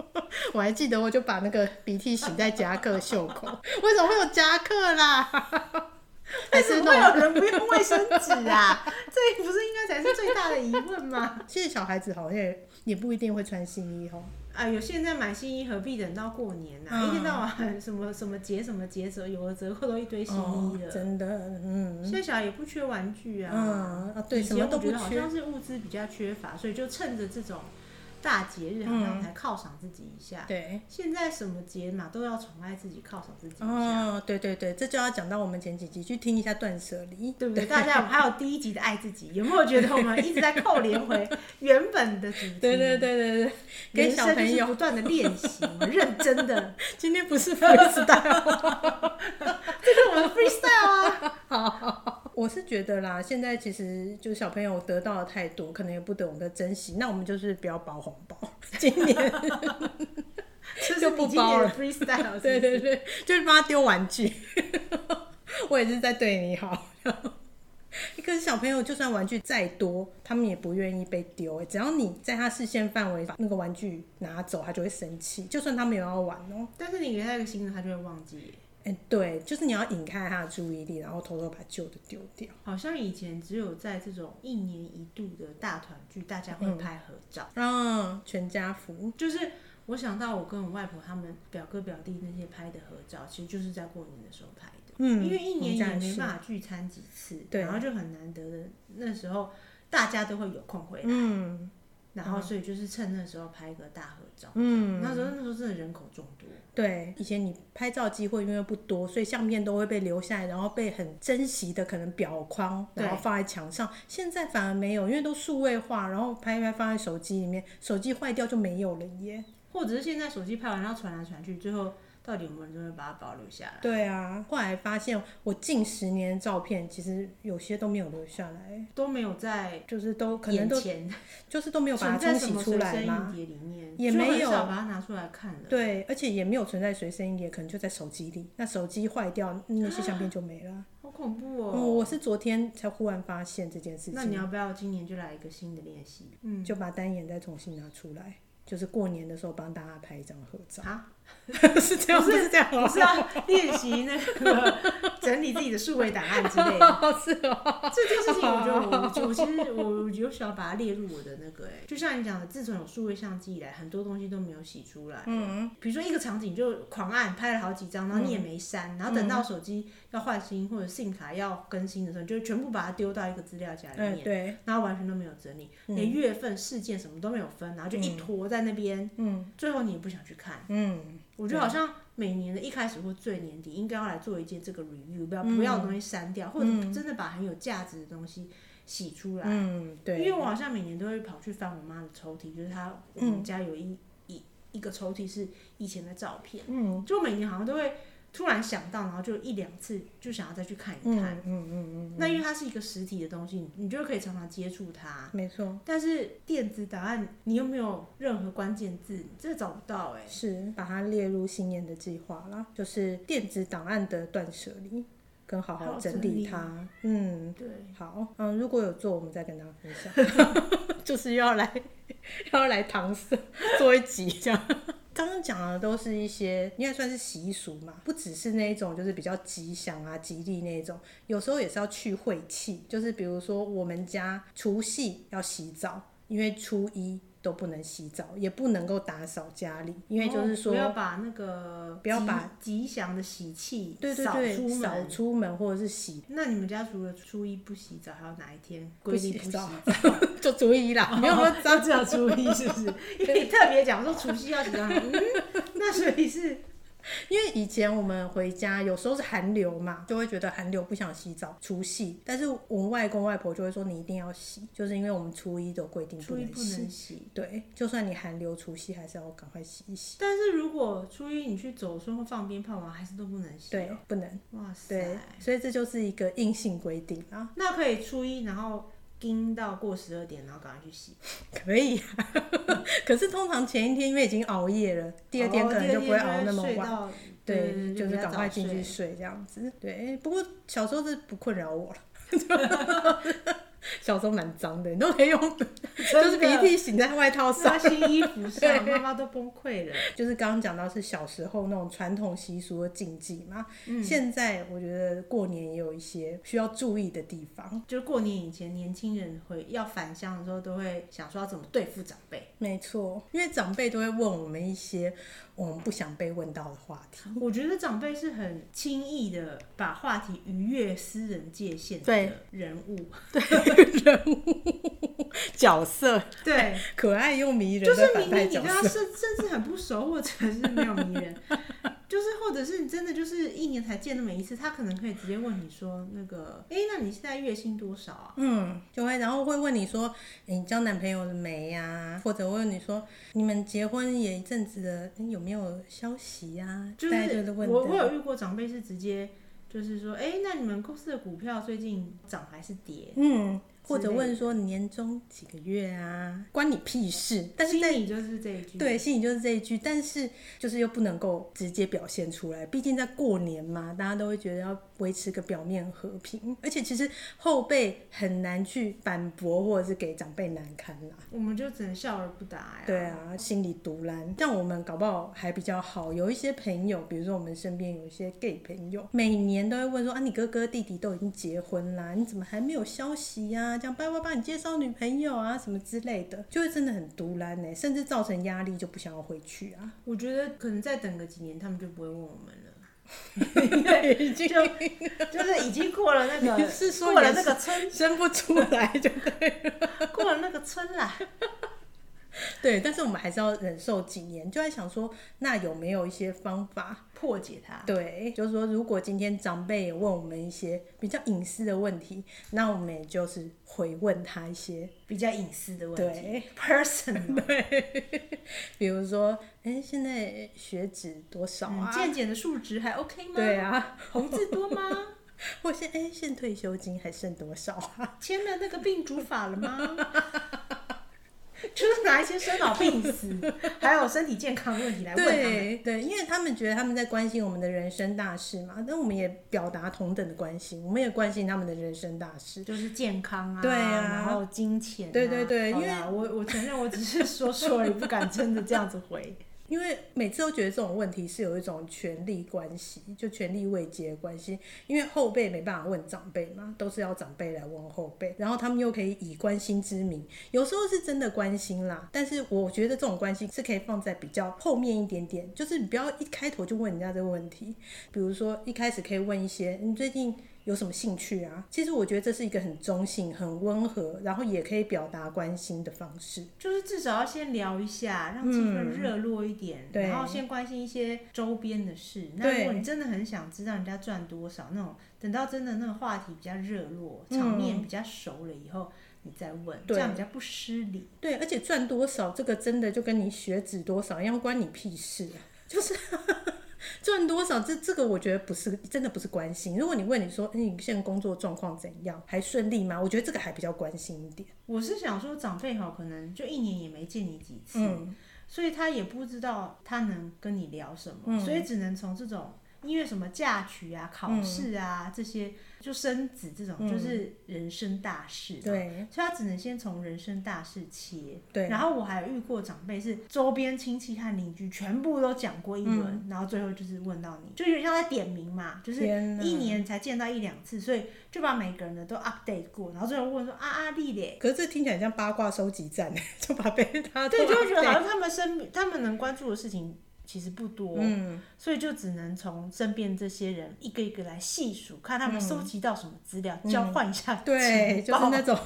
A: (laughs) 我还记得，我就把那个鼻涕擤在夹克袖口。 (laughs) 为什么会有夹克啦？还
B: 为
A: 是
B: 什么会
A: 那
B: 有
A: 种，
B: 人不用卫生纸啊？这不是应该才是最大的疑问吗？
A: (laughs) 现在小孩子好像也也不一定会穿新衣哦。
B: 啊，有现在买新衣何必等到过年呢、啊？
A: 嗯
B: 一天到晚什么什么节什么节折，有的折扣都一堆新衣
A: 哦
B: 了。
A: 真的，嗯
B: 现在小孩也不缺玩具啊，
A: 嗯啊，对，
B: 以
A: 什
B: 前
A: 么
B: 我
A: 都
B: 觉
A: 不
B: 得好
A: 缺
B: 像。是物资比较缺乏，所以就趁着这种大节日好
A: 嗯
B: 像才犒赏自己一下。
A: 对，
B: 现在什么节嘛都要宠爱自己，犒赏自己一下，
A: 哦，对对对，这就要讲到我们前几集去听一下断舍离，
B: 对不对？大家有还有第一集的爱自己，有没有觉得我们一直在扣连
A: (laughs)
B: 回原本的主题？
A: 对对对对对，给
B: 人
A: 小
B: 生就
A: 朋
B: 是
A: 友
B: 不断的练习，我们认真
A: (laughs)
B: 的，
A: 今天
B: (laughs)
A: 不是 freestyle，
B: 这是我们的 freestyle 啊。
A: 我是觉得啦，现在其实就小朋友得到的太多，可能也不懂得珍惜，那我们就是不要包红包。今
B: (laughs)
A: 年
B: 这是
A: 就不
B: 你今年
A: 包
B: 的
A: 了
B: freestyle，是不是
A: 对对对，就是帮他丢玩具， (laughs) 我也是在对你好。可是小朋友就算玩具再多，他们也不愿意被丢、欸。只要你在他视线范围把那个玩具拿走，他就会生气。就算他没有要玩哦、
B: 但是你给他一个新的，他就会忘记耶。
A: 哎、对，就是你要引开他的注意力，然后偷偷把旧的丢掉。
B: 好像以前只有在这种一年一度的大团聚，大家会拍合照。
A: 嗯，全家福。
B: 就是我想到我跟我外婆他们表哥表弟那些拍的合照，其实就是在过年的时候拍的。
A: 嗯，
B: 因为一年
A: 我们家
B: 也
A: 也
B: 没
A: 是
B: 办法聚餐几次，
A: 对
B: 然后就很难得的那时候大家都会有空回来，
A: 嗯
B: 然后所以就是趁那时候拍一个大合照。
A: 嗯，
B: 那时候那时候真的人口众多，
A: 对，以前你拍照机会因为不多，所以相片都会被留下来，然后被很珍惜的可能裱框，
B: 对
A: 然后放在墙上。现在反而没有，因为都数位化，然后拍一拍放在手机里面，手机坏掉就没有了耶。
B: 或者是现在手机拍完然后传来传去，最后到底有没有人真的把它保留下来？
A: 对啊，后来发现我近十年的照片其实有些都没有留下来，
B: 都没有在
A: 就是都可能
B: 眼
A: 都
B: 前
A: 就是都没有把它
B: 存在
A: 冲
B: 什
A: 洗
B: 么
A: 出
B: 随
A: 来
B: 身硬
A: 嘛。
B: 碟里面，
A: 也
B: 就很
A: 没有
B: 少把它拿出来看了。
A: 对，而且也没有存在随身碟，可能就在手机里。那手机坏掉，那些相片就没了。
B: 好恐怖
A: 哦
B: 哦！
A: 我是昨天才忽然发现这件事情。
B: 那你要不要今年就来一个新的练习？嗯，
A: 就把单眼再重新拿出来，就是过年的时候帮大家拍一张合照，
B: 啊， (laughs)
A: 是这样，
B: 不是
A: 是这样
B: 不
A: 哦，
B: 是啊，练习那个整理自己的数位档案之类的。
A: (laughs) 哦，是哦，
B: 这件事情，我觉得我我我其实我有想把它列入我的那个、哎，就像你讲的，自从有数位相机以来，很多东西都没有洗出来。嗯，比如说一个场景就狂按拍了好几张，然
A: 嗯
B: 后你也没删，然后等到手机要换新或者 SIM 卡要更新的时候，你就全部把它丢到一个资料夹里面
A: 嗯，。对，嗯
B: 然后完全都没有整理，连月份、事件什么都没有分，然后就一坨在那边，
A: 嗯
B: 最后你也不想去看。
A: 嗯，
B: 我觉得好像每年的一开始或最年底，应该要来做一件这个 review，不要
A: 嗯
B: 不要的东西删掉，或者真的把很有价值的东西洗出来。
A: 嗯，
B: 因为
A: 对，
B: 我好像每年都会跑去翻我妈的抽屉，就是她我们家有一、一一个抽屉是以前的照片，
A: 嗯
B: 就每年好像都会突然想到，然后就一两次就想要再去看一
A: 嗯
B: 看。
A: 嗯嗯
B: 那因为它是一个实体的东西，你你就可以常常接触它
A: 嗯，。没错，
B: 但是电子档案你又没有任何关键字，你真的找不到哎、
A: 是把它列入新年的计划啦，就是电子档案的断舍离，跟好
B: 好
A: 好
B: 好
A: 整
B: 整
A: 理
B: 理
A: 它，嗯，
B: 对，
A: 好，嗯，如果有做，我们再跟大家分享。 (laughs) 就是要来要来搪塞做一集这样。 (laughs) 刚刚讲的都是一些应该算是习俗嘛，不只是那一种就是比较吉祥啊、吉利那一种，有时候也是要去晦气。就是比如说我们家除夕要洗澡，因为初一都不能洗澡，也不能够打扫家里，因为就是说、
B: 哦不要把那个
A: 不要
B: 吉
A: 把
B: 吉祥的喜气
A: 对对
B: 扫出
A: 对，
B: 门。
A: 扫出门或者是洗
B: 那你们家除了初一不洗澡，还有哪一天规
A: 不
B: 定
A: 洗
B: 不洗 (laughs)
A: 澡？ (laughs) 就初一啦， (laughs) 没有说
B: 只要只有初一是不是？因为你特别讲说除夕要洗澡， (laughs) 嗯，那所以是
A: 因为以前我们回家有时候是寒流嘛，就会觉得寒流不想洗澡，除夕。但是我们外公外婆就会说你一定要洗，就是因为我们初一都规定不
B: 初一
A: 能
B: 不
A: 洗。
B: 能洗。
A: 对，就算你寒流，除夕还是要赶快洗一洗。
B: 但是如果初一你去走村或放鞭炮玩，还是都不能洗。哦
A: 对，，不能。
B: 哇塞
A: 对，，所以这哦就是啊一个硬性规定啊，
B: 那可以初一然后盯到过十二点，然后赶快去洗。
A: 可以啊。 (laughs) 可是通常前一天因为已经熬夜了，哦第二
B: 哦
A: 天可能就不会熬那么晚。
B: 晚。
A: 对，
B: 对，
A: 就是赶快进去
B: 洗。
A: 睡这样子。对，不过小时候是不困扰我了。 (laughs) 小时候蛮脏的，你都可以用，就是鼻涕擤在外套上。
B: 刷
A: (laughs)
B: 啊新衣服上，妈妈都崩溃了。 (laughs)
A: 就是刚刚讲到是小时候那种传统习俗的禁忌嘛，现在我觉得过年也有一些需要注意的地方。
B: 就是过年以前，年轻人会要返乡的时候，都会想说要怎么对付长辈。
A: 没错，因为长辈都会问我们一些我们不想被问到的话题。
B: 我觉得长辈是很轻易的把话题逾越私人界限
A: 对
B: 的人物，
A: 角色
B: (laughs) 对，
A: 可爱又迷人
B: 就是
A: 的
B: 明
A: 反
B: 明
A: 派
B: 你
A: 角
B: 跟他
A: 色，
B: 甚甚至很不熟，或者是没有迷人， (laughs) 就是或者是你真的就是一年才见那么一次，他可能可以直接问你说那个，哎、那你现在月薪多少啊？
A: 嗯，就会然后会问你说诶你交男朋友了没呀、或者问你说你们结婚也一阵子了，诶有没有消息呀、
B: 就
A: 大家
B: 是
A: 都问
B: 我我
A: 的。
B: 有遇过长辈是直接就是说，哎、那你们公司的股票最近涨还是跌？
A: 嗯，或者
B: 之类的
A: 问说你年终几个月啊，关你屁事。但是
B: 心
A: 在
B: 里就是这一句，
A: 对，心里就是这一句，但是就是又不能够直接表现出来，毕竟在过年嘛，大家都会觉得要维持个表面和平，而且其实后辈很难去反驳或者是给长辈难堪啦。
B: 我们就只能笑而不答呀。
A: 对啊，心里独揽。像我们搞不好还比较好，有一些朋友，比如说我们身边有一些 gay 朋友，每年都会问说啊，你哥哥弟弟都已经结婚啦，你怎么还没有消息呀、这样爸爸帮你介绍女朋友啊，什么之类的，就会真的很独揽呢，甚至造成压力，就不想要回去啊。
B: (laughs) 我觉得可能再等个几年，他们就不会问我们了， (laughs)
A: 已经
B: 就是已经过了那
A: (laughs) 你
B: 个，
A: 是说
B: 过了
A: 你
B: 那
A: 是
B: 个村，
A: 生不出来就
B: 过了那个村啦。
A: 对，但是我们还是要忍受几年，就在想说，那有没有一些方法？
B: 破解它。
A: 对，啊就是说，如果今天长辈也问我们一些比较隐私的问题，那我们也就是回问他一些，
B: 比较隐私的问题
A: 对
B: ，personal，
A: 比如说，哎，现在血脂多少
B: 嗯
A: 啊？
B: 健检的数值还 OK 吗？
A: 对，啊， (laughs)
B: 红字多吗？
A: 或是哎，现退休金还剩多少啊？
B: 签了那个病主法了吗？ (laughs) 就是拿一些生老病死，还有身体健康的问题 (laughs) 来问他们。
A: 对对，因为他们觉得他们在关心我们的人生大事嘛，那我们也表达同等的关心，我们也关心他们的人生大事。
B: 就是健康啊，
A: 对啊
B: 然后金钱、啊，
A: 对对对
B: 好啦我我承认我只是说说而已，不敢真的这样子
A: (laughs)
B: 回。
A: 因为每次都觉得这种问题是有一种权力关系，就权力未接的关系，因为后辈没办法问长辈嘛，都是要长辈来问后辈，然后他们又可以以关心之名，有时候是真的关心啦，但是我觉得这种关心是可以放在比较后面一点点，就是你不要一开头就问人家这个问题，比如说一开始可以问一些你最近。有什么兴趣啊？其实我觉得这是一个很中性、很温和，然后也可以表达关心的方式。
B: 就是至少要先聊一下，让气氛热络一点，
A: 嗯对
B: 然后先关心一些周边的事。那
A: 对
B: 如果你真的很想知道人家赚多少，那种等到真的那个话题比较热络，
A: 嗯
B: 场面比较熟了以后，你再问，
A: 对
B: 这样比较不失礼。
A: 对，而且赚多少，这个真的就跟你血脂多少一样，关你屁事啊！就是 (laughs) 赚多少，这这个我觉得不是真的不是关心。如果你问你说，哎、你现在工作状况怎样，还顺利吗？我觉得这个还比较关心一点。
B: 我是想说，长辈哈，可能就一年也没见你几次，
A: 嗯，
B: 所以他也不知道他能跟你聊什么，
A: 嗯
B: 所以只能从这种因为什么嫁娶啊、考试啊、这些，就生子这种，就是人生大事嘛。
A: 嗯对
B: 所以他只能先从人生大事切。
A: 对
B: 嗯然后我还有遇过长辈是周边亲戚和邻居全部都讲过一轮，然后最后就是问到你，就有点像在点名嘛，就是
A: 嗯天哪
B: 一年才见到一两次，所以就把每个人的都 update 过，然后最后问说啊啊丽嘞。
A: 可是这听起来像八卦收集站， (laughs) 就把被他
B: 对，就会觉得好
A: 对
B: 像他们身他们能关注的事情其实不多，
A: 嗯，
B: 所以就只能从身边这些人一个一个来细数，看他们收集到什么资料，交换一下
A: 嗯对，
B: 情
A: 就
B: 报
A: 是那种。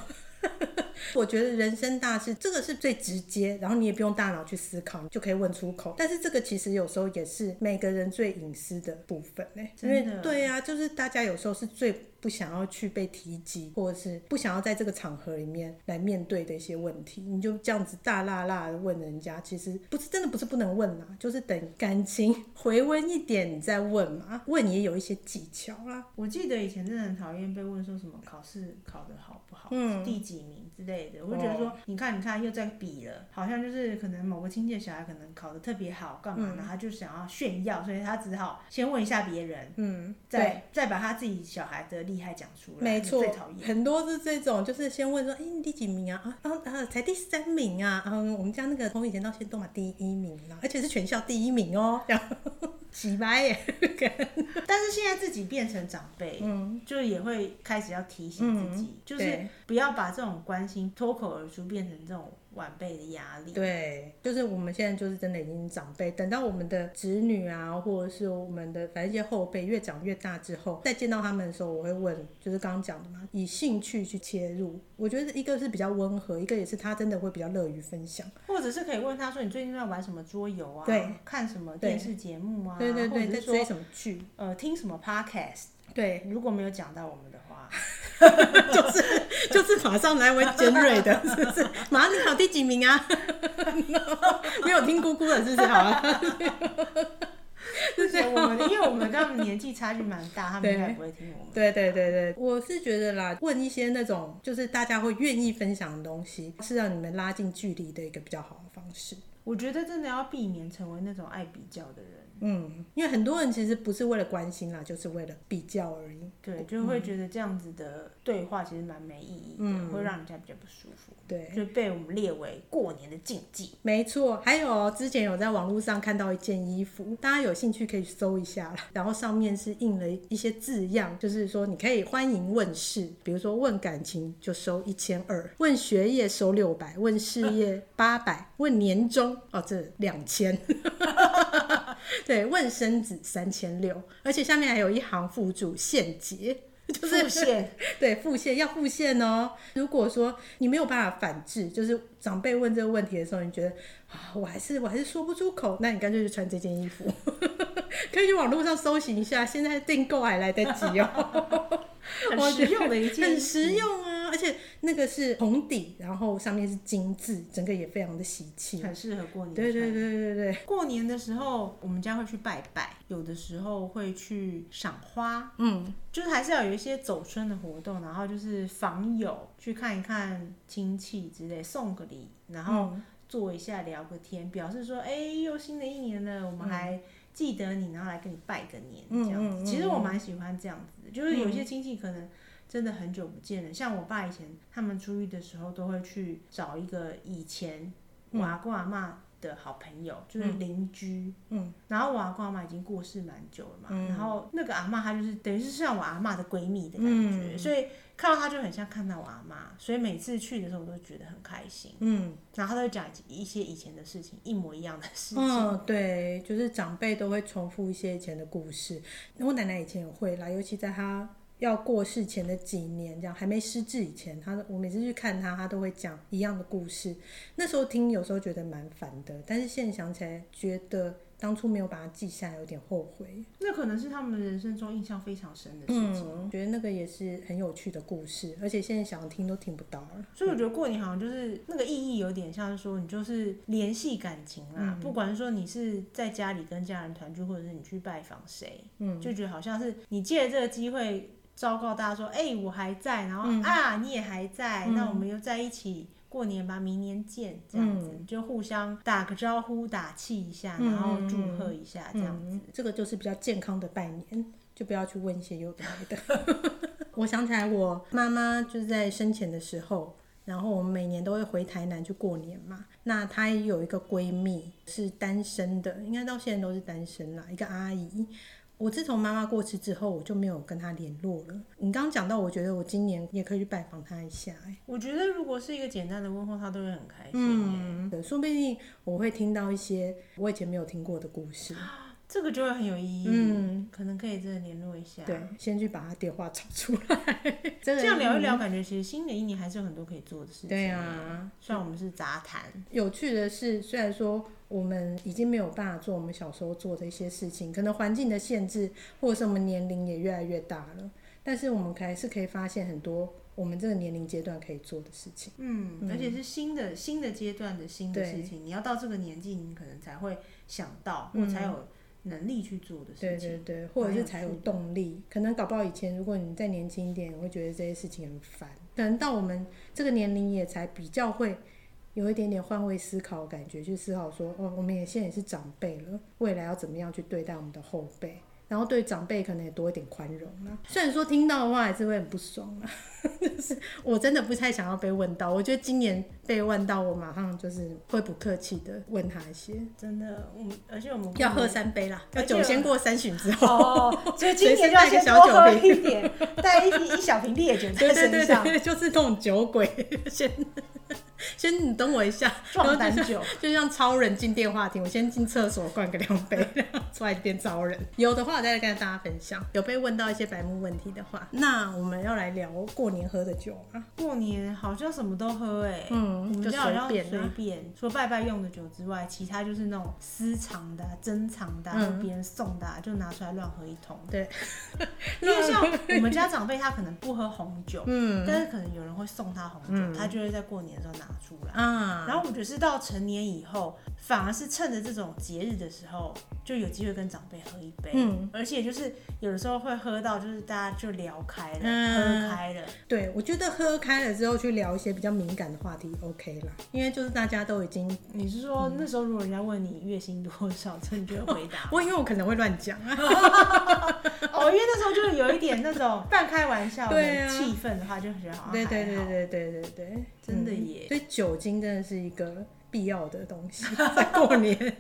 A: (laughs) 我觉得人生大事，这个是最直接，然后你也不用大脑去思考，你就可以问出口。但是这个其实有时候也是每个人最隐私的部分呢、因
B: 真的
A: 为对啊，就是大家有时候是最不想要去被提及，或者是不想要在这个场合里面来面对的一些问题，你就这样子大辣辣的问人家，其实不是真的不是不能问啦，就是等感情回温一点你再问嘛，问也有一些技巧啦。
B: 我记得以前真的很讨厌被问说什么考试考得好不好，
A: 嗯哦
B: 第几名之类的，我就觉得说，你看你看又在比了，好像就是可能某个亲戚的小孩可能考得特别好，干嘛，
A: 嗯
B: 然后他就想要炫耀，所以他只好先问一下别人，
A: 嗯，
B: 再再把他自己小孩的厉害讲出来，
A: 没
B: 我
A: 错
B: 最讨，厌。
A: 很多是这种，就是先问说，哎、你第几名啊？啊啊啊，才第三名啊！啊，我们家那个从以前到现在都嘛第一名啦，而且是全校第一名哦、 (laughs) 然后洗白耶，
B: 但是现在自己变成长辈，嗯，就也会开始要提醒自己，就是
A: 嗯对
B: 不要把这种关心脱口而出变成这种晚辈的压力。
A: 对，就是我们现在就是真的已经长辈，等到我们的子女啊，或者是我们的反正一些后辈越长越大之后，再见到他们的时候，我会问，就是刚刚讲的嘛，以兴趣去切入，我觉得一个是比较温和，一个也是他真的会比较乐于分享。
B: 或者是可以问他说：“你最近在玩什么桌游啊？
A: 对
B: 看什么
A: 对
B: 电视节目啊？
A: 对对
B: 或
A: 对，在
B: 者是
A: 追
B: 说
A: 什么剧？
B: 呃听什么 podcast？”
A: 对，
B: 如果没有讲到我们的
A: (laughs)
B: 话，
A: 就是马上来回尖锐 (laughs) 的，是不是？马上你考第几名啊？ (laughs) 没有听姑姑的，是不是？好啊，
B: 就是我们的，因为我们跟他们年纪差距蛮大，他们
A: 对
B: 应该不会听我们。
A: 对对对对，我是觉得啦，问一些那种就是大家会愿意分享的东西，是让你们拉近距离的一个比较好的方式。
B: 我觉得真的要避免成为那种爱比较的人，
A: 嗯，因为很多人其实不是为了关心啦，就是为了比较而已。
B: 对，就会觉得这样子的对话其实蛮没意义的，
A: 嗯
B: 会让人家比较不舒服，
A: 对，
B: 就被我们列为过年的禁忌。
A: 没错。还有哦之前有在网络上看到一件衣服，大家有兴趣可以搜一下啦。然后上面是印了一些字样，就是说你可以欢迎问世，比如说问感情就收一千二，问学业收六百，问事业八百，问年终哦这两千。 (laughs) 对，问生子三千六，而且下面还有一行附注现结， (laughs) 就是
B: 复现
A: (laughs) 对复现要复现哦。如果说你没有办法反制，就是长辈问这个问题的时候，你觉得啊，我还是我还是说不出口，那你干脆就穿这件衣服， (laughs) 可以去网络上搜寻一下，现在订购还来得及哦，
B: 很实用的一件，
A: 很实用啊。而且那个是红底，然后上面是金字，整个也非常的喜气。
B: 很适合过年。
A: 对对对。对对，
B: 过年的时候，我们家会去拜拜，有的时候会去赏花，
A: 嗯，
B: 就是还是要有一些走春的活动，然后就是访友去看一看亲戚之类，送个礼，然后
A: 后
B: 坐一下聊个天，表示说，哎、又新的一年了，我们还记得你，然后来跟你拜个年
A: 嗯
B: 这样子。
A: 嗯嗯嗯
B: 其实我蛮喜欢这样子的，就是有些亲戚可能真的很久不见了，像我爸以前他们出狱的时候，都会去找一个以前我阿公阿妈的好朋友，就是邻居。
A: 嗯，
B: 然后我阿公阿妈已经过世蛮久了嘛，
A: 嗯
B: 然后那个阿妈她就是等于是像我阿妈的闺蜜的感觉，
A: 嗯
B: 所以看到她就很像看到我阿妈，所以每次去的时候我都觉得很开心。
A: 嗯
B: 然后他会讲一些以前的事情，一模一样的事情。
A: 嗯，对，就是长辈都会重复一些以前的故事。我奶奶以前也会啦，尤其在她要过世前的几年，这样还没失智以前，她我每次去看她，她都会讲一样的故事。那时候听有时候觉得蛮烦的，但是现在想起来，觉得当初没有把它记下来，有点后悔。
B: 那可能是他们人生中印象非常深的事情。
A: 嗯，觉得那个也是很有趣的故事，而且现在想听都听不到了。
B: 所以我觉得过年好像就是那个意义有点像是说你就是联系感情啦，
A: 嗯
B: 不管是说你是在家里跟家人团聚，或者是你去拜访谁，
A: 嗯
B: 就觉得好像是你借这个机会昭告大家说，哎、我还在，然后、啊你也还在，
A: 嗯
B: 那我们又在一起。过年吧，明年见，这样
A: 嗯
B: 子、就互相打个招呼，打气一下，然后祝贺一下，这样子。
A: 嗯，这个就是比较健康的拜年，就不要去问一些有的没的。 (laughs) 我想起来，我妈妈就是在生前的时候，然后我们每年都会回台南去过年嘛。那她也有一个闺蜜是单身的，应该到现在都是单身啦，一个阿姨。我自从妈妈过世之后，我就没有跟她联络了。你刚刚讲到，我觉得我今年也可以去拜访她一下、欸。
B: 我觉得如果是一个简单的问候，他都会很开心。
A: 嗯，对，说不定我会听到一些我以前没有听过的故事。
B: 这个就会很有意义。
A: 嗯，
B: 可能可以真的联络一下。
A: 对，，先去把他电话找出来， (laughs) 真的嗯
B: 这样聊一聊，感觉其实新的一年还是有很多可以做的事情。
A: 对，啊，
B: 虽然我们是杂谈，
A: 有趣的是，虽然说我们已经没有办法做我们小时候做的一些事情，可能环境的限制，或者是我们年龄也越来越大了，但是我们还是可以发现很多我们这个年龄阶段可以做的事情。
B: 嗯，
A: 嗯
B: 而且是新的新的阶段的新的事情，你要到这个年纪，你可能才会想到，
A: 嗯
B: 或才有能力去做的
A: 对
B: 事
A: 对
B: 情。
A: 对，或者
B: 蛮
A: 是
B: 有
A: 才
B: 趣
A: 有
B: 的
A: 动力。可能搞不好以前，如果你再年轻一点，你会觉得这些事情很烦。可能到我们这个年龄，也才比较会有一点点换位思考的感觉，去思考说，哦，我们也现在也是长辈了，未来要怎么样去对待我们的后辈。然后对长辈可能也多一点宽容啦，虽然说听到的话还是会很不爽啦， (laughs) 就是我真的不太想要被问到，我觉得今年被问到，我马上就是会不客气的问他一些，
B: 真的，我们而且我们
A: 要喝三杯啦，要
B: 而且
A: 酒先过三巡之后。
B: 哦，所以今年就要先多喝一点，带一一小瓶烈酒
A: (laughs)
B: 在
A: 对对
B: 身
A: 对
B: 上。
A: (laughs) 对，就是那种酒鬼，先先你等我一下，
B: 壮胆
A: 然后就
B: 酒
A: 像就像超人进电话亭，我先进厕所灌个两杯， (laughs) 然后出来变超人。有的话我再来跟大家分享。有被问到一些白目问题的话，那我们要来聊过年喝的酒吗？
B: 过年好像什么都喝哎、
A: 嗯
B: 我们家好像
A: 就随
B: 随
A: 便啊
B: 便，除了拜拜用的酒之外，其他就是那种私藏的啊、珍藏的啊、
A: 嗯
B: 或别人送的啊，就拿出来乱喝一
A: (laughs)
B: 通。
A: 对，
B: 因为像我们家长辈，他可能不喝红酒，
A: 嗯
B: (laughs) 但是可能有人会送他红酒，他就会在过年的时候拿出来。
A: 啊，
B: 然后我觉得是到成年以后，反而是趁着这种节日的时候，就有机会跟长辈喝一杯。
A: 嗯，
B: 而且就是有的时候会喝到，就是大家就聊开了，
A: 嗯
B: 喝开了。
A: 对，我觉得喝开了之后去聊一些比较敏感的话题，OK 啦，因为就是大家都已经，
B: 你是
A: 嗯
B: 说那时候如果人家问你月薪多少， (laughs) 真的就会回答
A: 我因为我可能会乱讲啊，
B: 哦，因为那时候就有一点那种半开玩笑的
A: 对啊
B: 气氛的话，就觉得好像
A: 对
B: 还
A: 对对
B: 好
A: 对对对对，
B: 真的
A: 嗯
B: 耶
A: 所以酒精真的是一个必要的东西， (laughs) 在过年。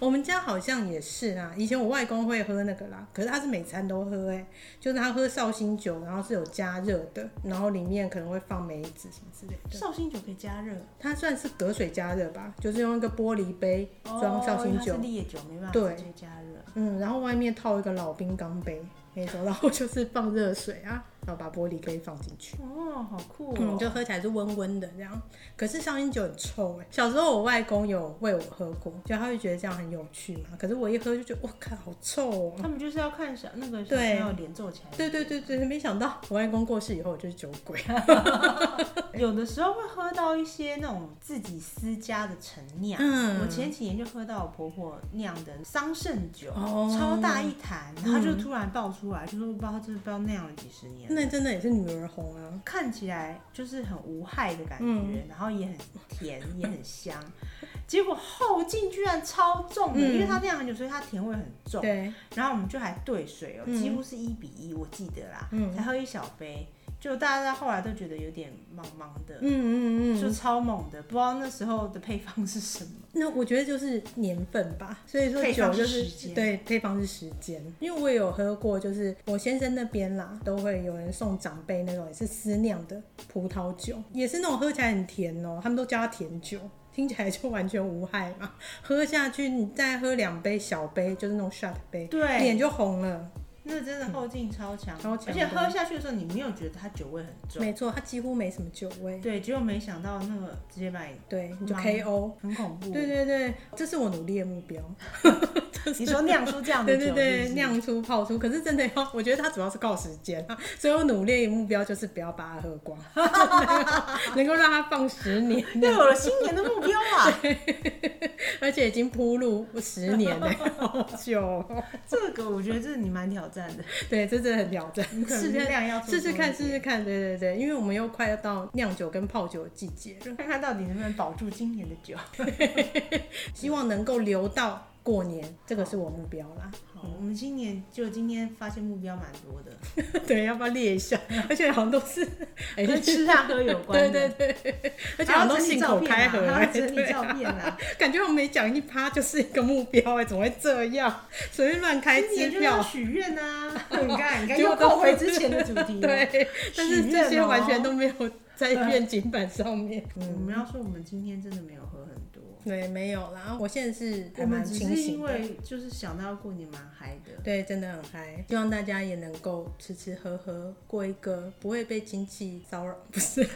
A: 我们家好像也是啊，以前我外公会喝那个啦，可是他是每餐都喝哎、就是他喝绍兴酒，然后是有加热的，然后里面可能会放梅子什么之类的。
B: 绍兴酒可以加热，
A: 它算是隔水加热吧，就是用一个玻璃杯装绍
B: 哦因为
A: 兴
B: 它
A: 酒，
B: 是烈酒，没办
A: 对
B: 法直接加热。
A: 嗯，然后外面套一个老冰缸杯那种，然后就是放热水啊，然后把玻璃杯放进去。
B: 哦，好酷
A: 嗯，
B: 哦！
A: 就喝起来是温温的这样。可是绍兴酒很臭哎、小时候我外公有喂我喝过，就他会觉得这样很有趣嘛。可是我一喝就觉得，我靠，好臭哦、
B: 他们就是要看小那个小朋
A: 对
B: 友脸皱起来。
A: 对对对对，没想到我外公过世以后，我就是酒鬼。
B: 有的时候会喝到一些那种自己私家的陈酿。
A: 嗯
B: 我前几年就喝到我婆婆酿的桑葚酒，
A: 哦嗯
B: 超大一坛，然后就突然爆出来，就说不知道这不知道酿了几十年。
A: 那真的也是女儿红啊。
B: 看起来就是很无害的感觉，
A: 嗯
B: 然后也很甜， (laughs) 也很香。结果后劲居然超重的，
A: 嗯
B: 因为它酿很久，所以它甜味很重。
A: 对，
B: 然后我们就还兑水哦，
A: 嗯
B: 几乎是一比一，我记得啦，
A: 嗯
B: 才喝一小杯，就大家后来都觉得有点茫茫的。
A: 嗯嗯
B: 就
A: 嗯。
B: 超猛的，不知道那时候的配方是什
A: (laughs)
B: 么。
A: 那我觉得就是年份吧，所以说
B: 配
A: 酒
B: 方
A: 就是
B: 时
A: 是
B: 间
A: 对配方是时间，因为我也有喝过，就是我先生那边啦，都会有人送长辈那种也是私酿的葡萄酒，也是那种喝起来很甜哦、他们都叫它甜酒。听起来就完全无害嘛，喝下去你再喝两杯小杯，就是那种 shot 杯，
B: 对，
A: 脸就红了。
B: 那真的后劲超强，
A: 超强
B: 而
A: 的
B: 且喝下去的时候，你没有觉得它酒味很重。
A: 没错，它几乎没什么酒味，
B: 对，结果没想到那个直接把你
A: 对，你就
B: 忙
A: KO。
B: 很恐怖。
A: 对对对，这是我努力的目标。
B: 你说酿出这样的
A: 对
B: 酒，
A: 对
B: 是
A: 对，
B: 不是
A: 酿出泡出，可是真的要，我觉得它主要是靠时间，啊所以我努力的目标就是不要把它喝光， (laughs) 能够让它放十年，
B: (laughs) 对我的新年的目标啊， (laughs)
A: 而且已经铺路十年了， (laughs) 好久哦。
B: 这个我觉得这你蛮挑战的，
A: 对，这真的很挑战，
B: 你可
A: 试
B: 能
A: 试
B: 量要做
A: 试试看，
B: 多
A: 试
B: 一点
A: 试看，对对对，因为我们又快要到酿酒跟泡酒的季节了，
B: 看看到底能不能保住今年的酒。
A: 希望能够留到过年，这个是我目标啦。 (laughs)
B: 好，我们今年就今天发现目标蛮多的，
A: 对，要不要列一下？ (laughs) 而且好像都是， (laughs) 哎、
B: 跟吃啊喝有关
A: 对
B: 的。
A: 对对，而且好像都信口开河、
B: 啊还
A: 哎
B: 要整
A: 对
B: 理
A: 啊
B: 照片啊，
A: (laughs) 感觉我每讲一趴就是一个目标哎、怎么会这样？随便乱开
B: 今
A: 支
B: 年就要
A: 票，
B: 许愿呐！
A: (laughs)
B: 你看，你看
A: 结
B: 又
A: 果都
B: 扣回之前的主题。，
A: 对，但是
B: 许
A: 这
B: 愿
A: 些
B: 哦
A: 完全都没有在
B: 嗯
A: 愿景板上面。
B: 我们要说我们今天真的没有喝很多，
A: 对，没有啦。我现在是还
B: 我
A: 蛮
B: 们只
A: 清
B: 是
A: 醒
B: 因
A: 的。
B: 为就是想到过年蛮嗨的。
A: 对，真的很嗨，希望大家也能够吃吃喝喝，过一个不会被亲戚骚扰，不是， (laughs)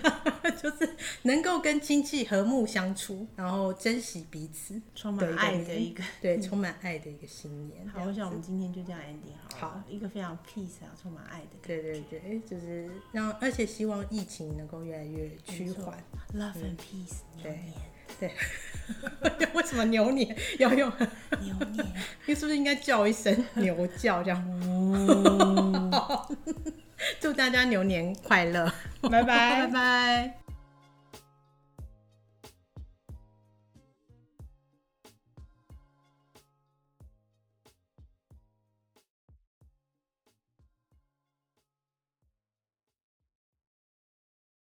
A: 就是能够跟亲戚和睦相处，然后珍惜彼此，
B: 充满爱的一个，
A: 对，充满爱的一个新年。
B: 嗯好，我想我们今天就这样 ending 好了，
A: 好
B: 一个非常 peace 啊，充满爱的
A: 对对对，就是让，而且希望疫情能够越来越趋缓。 (laughs)
B: love and peace 牛
A: 对
B: 年，
A: 对，为什么牛
B: (laughs)
A: 年要用？
B: 牛
A: (laughs)
B: 年，
A: 你是不是应该叫
B: (laughs)
A: 一声牛叫这样？
B: 嗯
A: (laughs) 祝大家牛年快乐，
B: 拜
A: 拜拜。